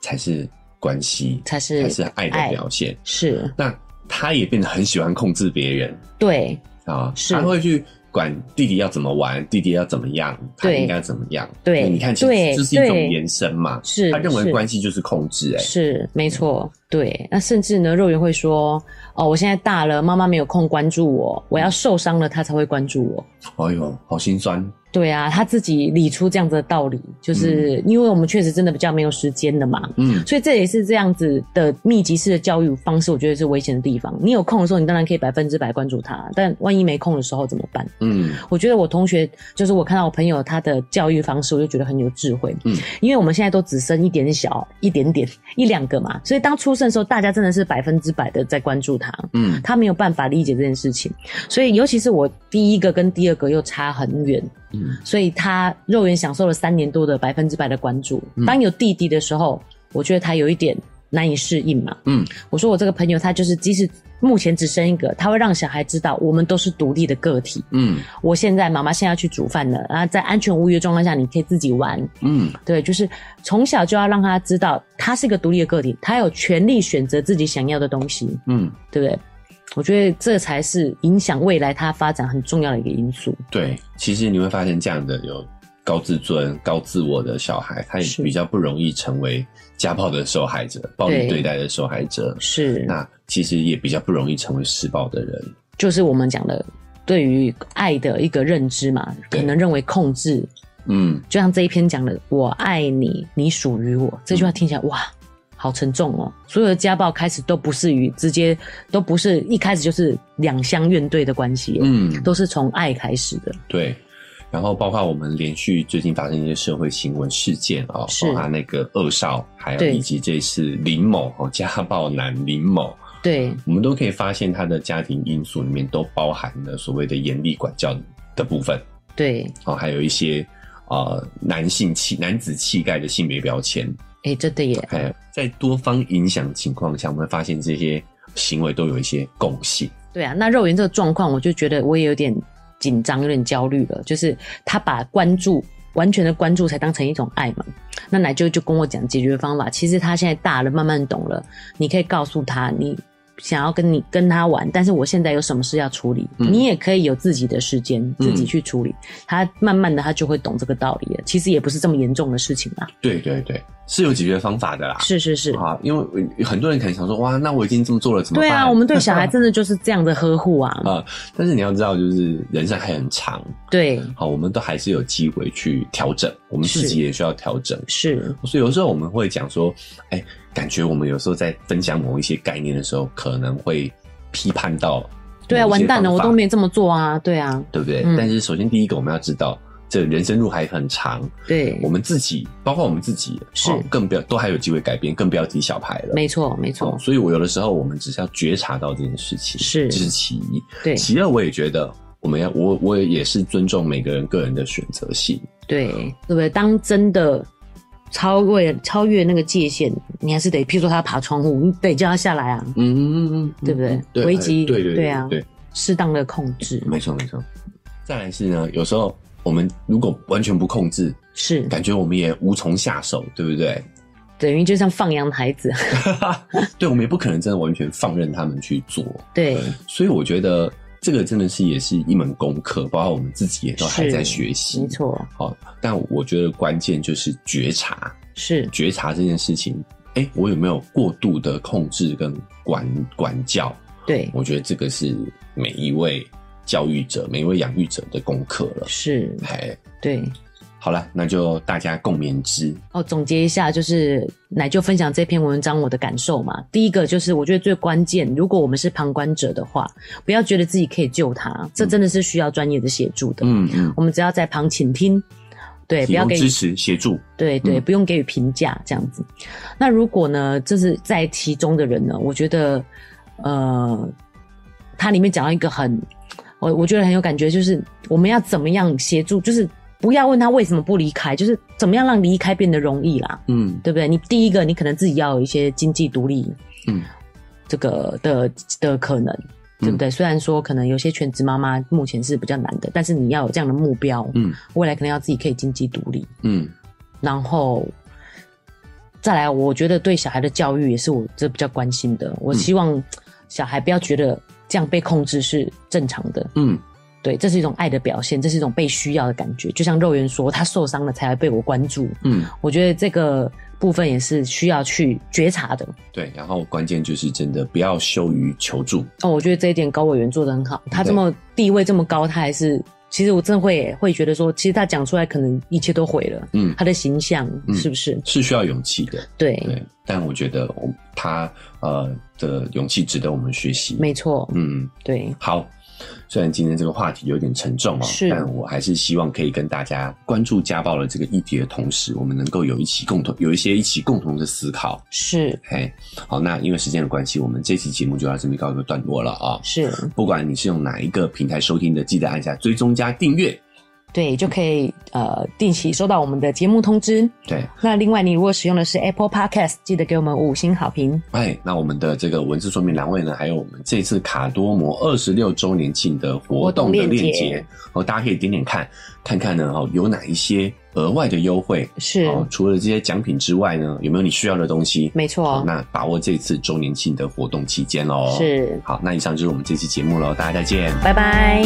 A: 才是关系，
B: 才是
A: 才是啊爱的表现。
B: 是
A: 那他也变得很喜欢控制别人
B: 对
A: 啊，
B: 是
A: 他会去管弟弟要怎么玩，弟弟要怎么样，他
B: 对
A: 应该怎么样。
B: 对
A: 你看，其实
B: 对
A: 这是一种
B: 对
A: 延伸嘛。
B: 是
A: 他认为
B: 是
A: 关系就是控制、哎，
B: 是没错，对。那甚至呢，肉圆会说：“哦，我现在大了，妈妈没有空关注我，我要受伤了，她才会关注我。
A: 哎呦，好心酸。”
B: 对啊，他自己理出这样子的道理，就是因为我们确实真的比较没有时间的嘛，
A: 嗯
B: 所以这也是这样子的密集式的教育方式，我觉得是危险的地方。你有空的时候，你当然可以百分之百关注他，但万一没空的时候怎么办？
A: 嗯
B: 我觉得我同学，就是我看到我朋友他的教育方式，我就觉得很有智慧。
A: 嗯，
B: 因为我们现在都只生一点小一点点一两个嘛，所以当出生的时候，大家真的是百分之百的在关注他，
A: 嗯
B: 他没有办法理解这件事情。所以尤其是我第一个跟第二个又差很远，
A: 嗯
B: 所以他肉眼享受了三年多的百分之百的关注。
A: 嗯
B: 当有弟弟的时候，我觉得他有一点难以适应嘛。
A: 嗯，
B: 我说我这个朋友他就是即使。目前只生一个，他会让小孩知道我们都是独立的个体，
A: 嗯
B: 我现在妈妈现在要去煮饭了，然后在安全无虞的状况下，你可以自己玩。
A: 嗯
B: 对，就是从小就要让他知道，他是一个独立的个体，他有权利选择自己想要的东西，
A: 嗯，
B: 对不对？我觉得这才是影响未来他发展很重要的一个因素。
A: 对，其实你会发现这样的有高自尊、高自我的小孩，他也
B: 是
A: 比较不容易成为家暴的受害者、暴力
B: 对
A: 对待的受害者。
B: 是，
A: 那其实也比较不容易成为施暴的人。
B: 就是我们讲的对于爱的一个认知嘛，
A: 对
B: 可能认为控制，
A: 嗯，
B: 就像这一篇讲的“我爱你，你属于我”这句话听起来哇，好沉重哦。所有的家暴开始都不是与直接，都不是一开始就是两相怨对的关系，嗯，
A: 嗯，
B: 都是从爱开始的，
A: 对。然后包括我们连续最近发生一些社会新闻事件啊、哦，
B: 是
A: 包括那个二少，还有
B: 对
A: 以及这次林某哦，家暴男林某，
B: 对，
A: 我们都可以发现他的家庭因素里面都包含了所谓的严厉管教的部分。
B: 对，
A: 哦，还有一些呃男性气男子气概的性别标签，
B: 哎，真的耶，
A: 哎，在多方影响情况下，我们发现这些行为都有一些共性。
B: 对啊。那肉圆这个状况，我就觉得我也有点紧张，有点焦虑了，就是他把关注。完全的关注才当成一种爱嘛？那奶舅就跟我讲解决方法。其实他现在大了，慢慢懂了。你可以告诉他，你想要跟你跟他玩，但是我现在有什么事要处理，
A: 嗯
B: 你也可以有自己的时间自己去处理。他慢慢的他就会懂这个道理了。其实也不是这么严重的事情啦。
A: 对对对，是有解决方法的啦。
B: 是是是，
A: 啊，因为很多人可能想说，哇，那我已经这么做了，怎么
B: 对
A: 办？
B: 啊，我们对 小孩真的就是这样的呵护啊。
A: 啊、但是你要知道，就是人生还很长，
B: 对，
A: 好，我们都还是有机会去调整，我们自
B: 是
A: 己也需要调整。
B: 是
A: 所以有时候我们会讲说，哎、感觉我们有时候在分享某一些概念的时候，可能会批判到，
B: 对啊，完蛋了，我都，没这么做啊。对啊，
A: 对不对？
B: 嗯
A: 但是首先第一个，我们要知道，这人生路还很长，
B: 对
A: 我，们自己，包括我们自己，
B: 是
A: 哦更不要都还有机会改变，更不要提小孩了。
B: 没错没错
A: 哦，，所以我有的时候我们只是要觉察到这件事情，
B: 是
A: 这是其一。
B: 对
A: 其二，我也觉得我们要我我也是尊重每个人个人的选择性。
B: 对对不对？当真的超越超越那个界限，你还是得，譬如说他爬窗户，你得叫他下来啊。
A: 嗯嗯嗯，
B: 对不对
A: 对，
B: 危机
A: 哎对对
B: 对啊
A: 对，
B: 适当的控制
A: 没错没错。再来是呢，有时候我们如果完全不控制，
B: 是
A: 感觉我们也无从下手，对不对？
B: 等于就像放养孩子，啊
A: 对，我们也不可能真的完全放任他们去做，
B: 对，
A: 所以我觉得这个真的是也是一门功课，包括我们自己也都还
B: 是
A: 在学习
B: 没。错，
A: 好，但我觉得关键就是觉察，
B: 是
A: 觉察这件事情，哎、我有没有过度的控制跟管管教？
B: 对，
A: 我觉得这个是每一位教育者、每一位养育者的功课了。
B: 是，
A: 哎，
B: 对。
A: 好了，那就大家共勉之。
B: 哦，总结一下，就是奶就分享这篇文章我的感受嘛。第一个就是，我觉得最关键，如果我们是旁观者的话，不要觉得自己可以救他，这真的是需要专业的协助的。
A: 嗯嗯，
B: 我们只要在旁倾听，对，不
A: 提
B: 要
A: 供
B: 给予
A: 支持协助。
B: 对对，
A: 嗯
B: 不用给予评价这样子。那如果呢，这是在其中的人呢，我觉得，呃，它里面讲到一个很，我我觉得很有感觉，就是我们要怎么样协助，就是不要问他为什么不离开，就是怎么样让离开变得容易啦，
A: 嗯
B: 对不对？你第一个，你可能自己要有一些经济独立，
A: 嗯，
B: 这个的的可能。对不
A: 嗯
B: 对？虽然说可能有些全职妈妈目前是比较难的，但是你要有这样的目标，
A: 嗯
B: 未来可能要自己可以经济独立。
A: 嗯
B: 然后再来，我觉得对小孩的教育也是我这比较关心
A: 嗯
B: 的。我希望小孩不要觉得这样被控制是正常的，
A: 嗯，
B: 对，这是一种爱的表现，这是一种被需要的感觉。就像肉圆说，他受伤了才会被我关注，
A: 嗯，
B: 我觉得这个部分也是需要去觉察的。
A: 对。然后关键就是真的不要羞于求助。
B: 哦，我觉得这一点高委员做的很好，他这么地位这么高，他还是。其实我真的会会觉得说，其实他讲出来可能一切都毁了，
A: 嗯
B: 他的形象
A: 嗯
B: 是不是？
A: 是需要勇气的，
B: 对，
A: 对。但我觉得我他呃的勇气值得我们学习。
B: 没错，
A: 嗯，
B: 对。
A: 好。虽然今天这个话题有点沉重哦，
B: 是
A: 但我还是希望可以跟大家关注家暴的这个议题的同时，我们能够有一起共同有一些一起共同的思考。
B: 是
A: 嘿，好，那因为时间的关系，我们这期节目就到这边告一个段落了啊、
B: 是，
A: 不管你是用哪一个平台收听的，记得按下追踪加订阅。
B: 对，就可以呃定期收到我们的节目通知。
A: 对，
B: 那另外，你如果使用的是 Apple Podcast，记得给我们五星好评。
A: 哎，那我们的这个文字说明栏位呢，还有我们这次卡多摩二十六周年庆的活动的链
B: 活动链
A: 接
B: 接，
A: 哦，大家可以点点看，看看呢哦，有哪一些额外的优惠
B: 是，
A: 哦，除了这些奖品之外呢，有没有你需要的东西？
B: 没
A: 好
B: 错，
A: 那把握这次周年庆的活动期间喽。，
B: 是，
A: 好，那以上就是我们这期节目喽，大家再见。
B: 拜拜。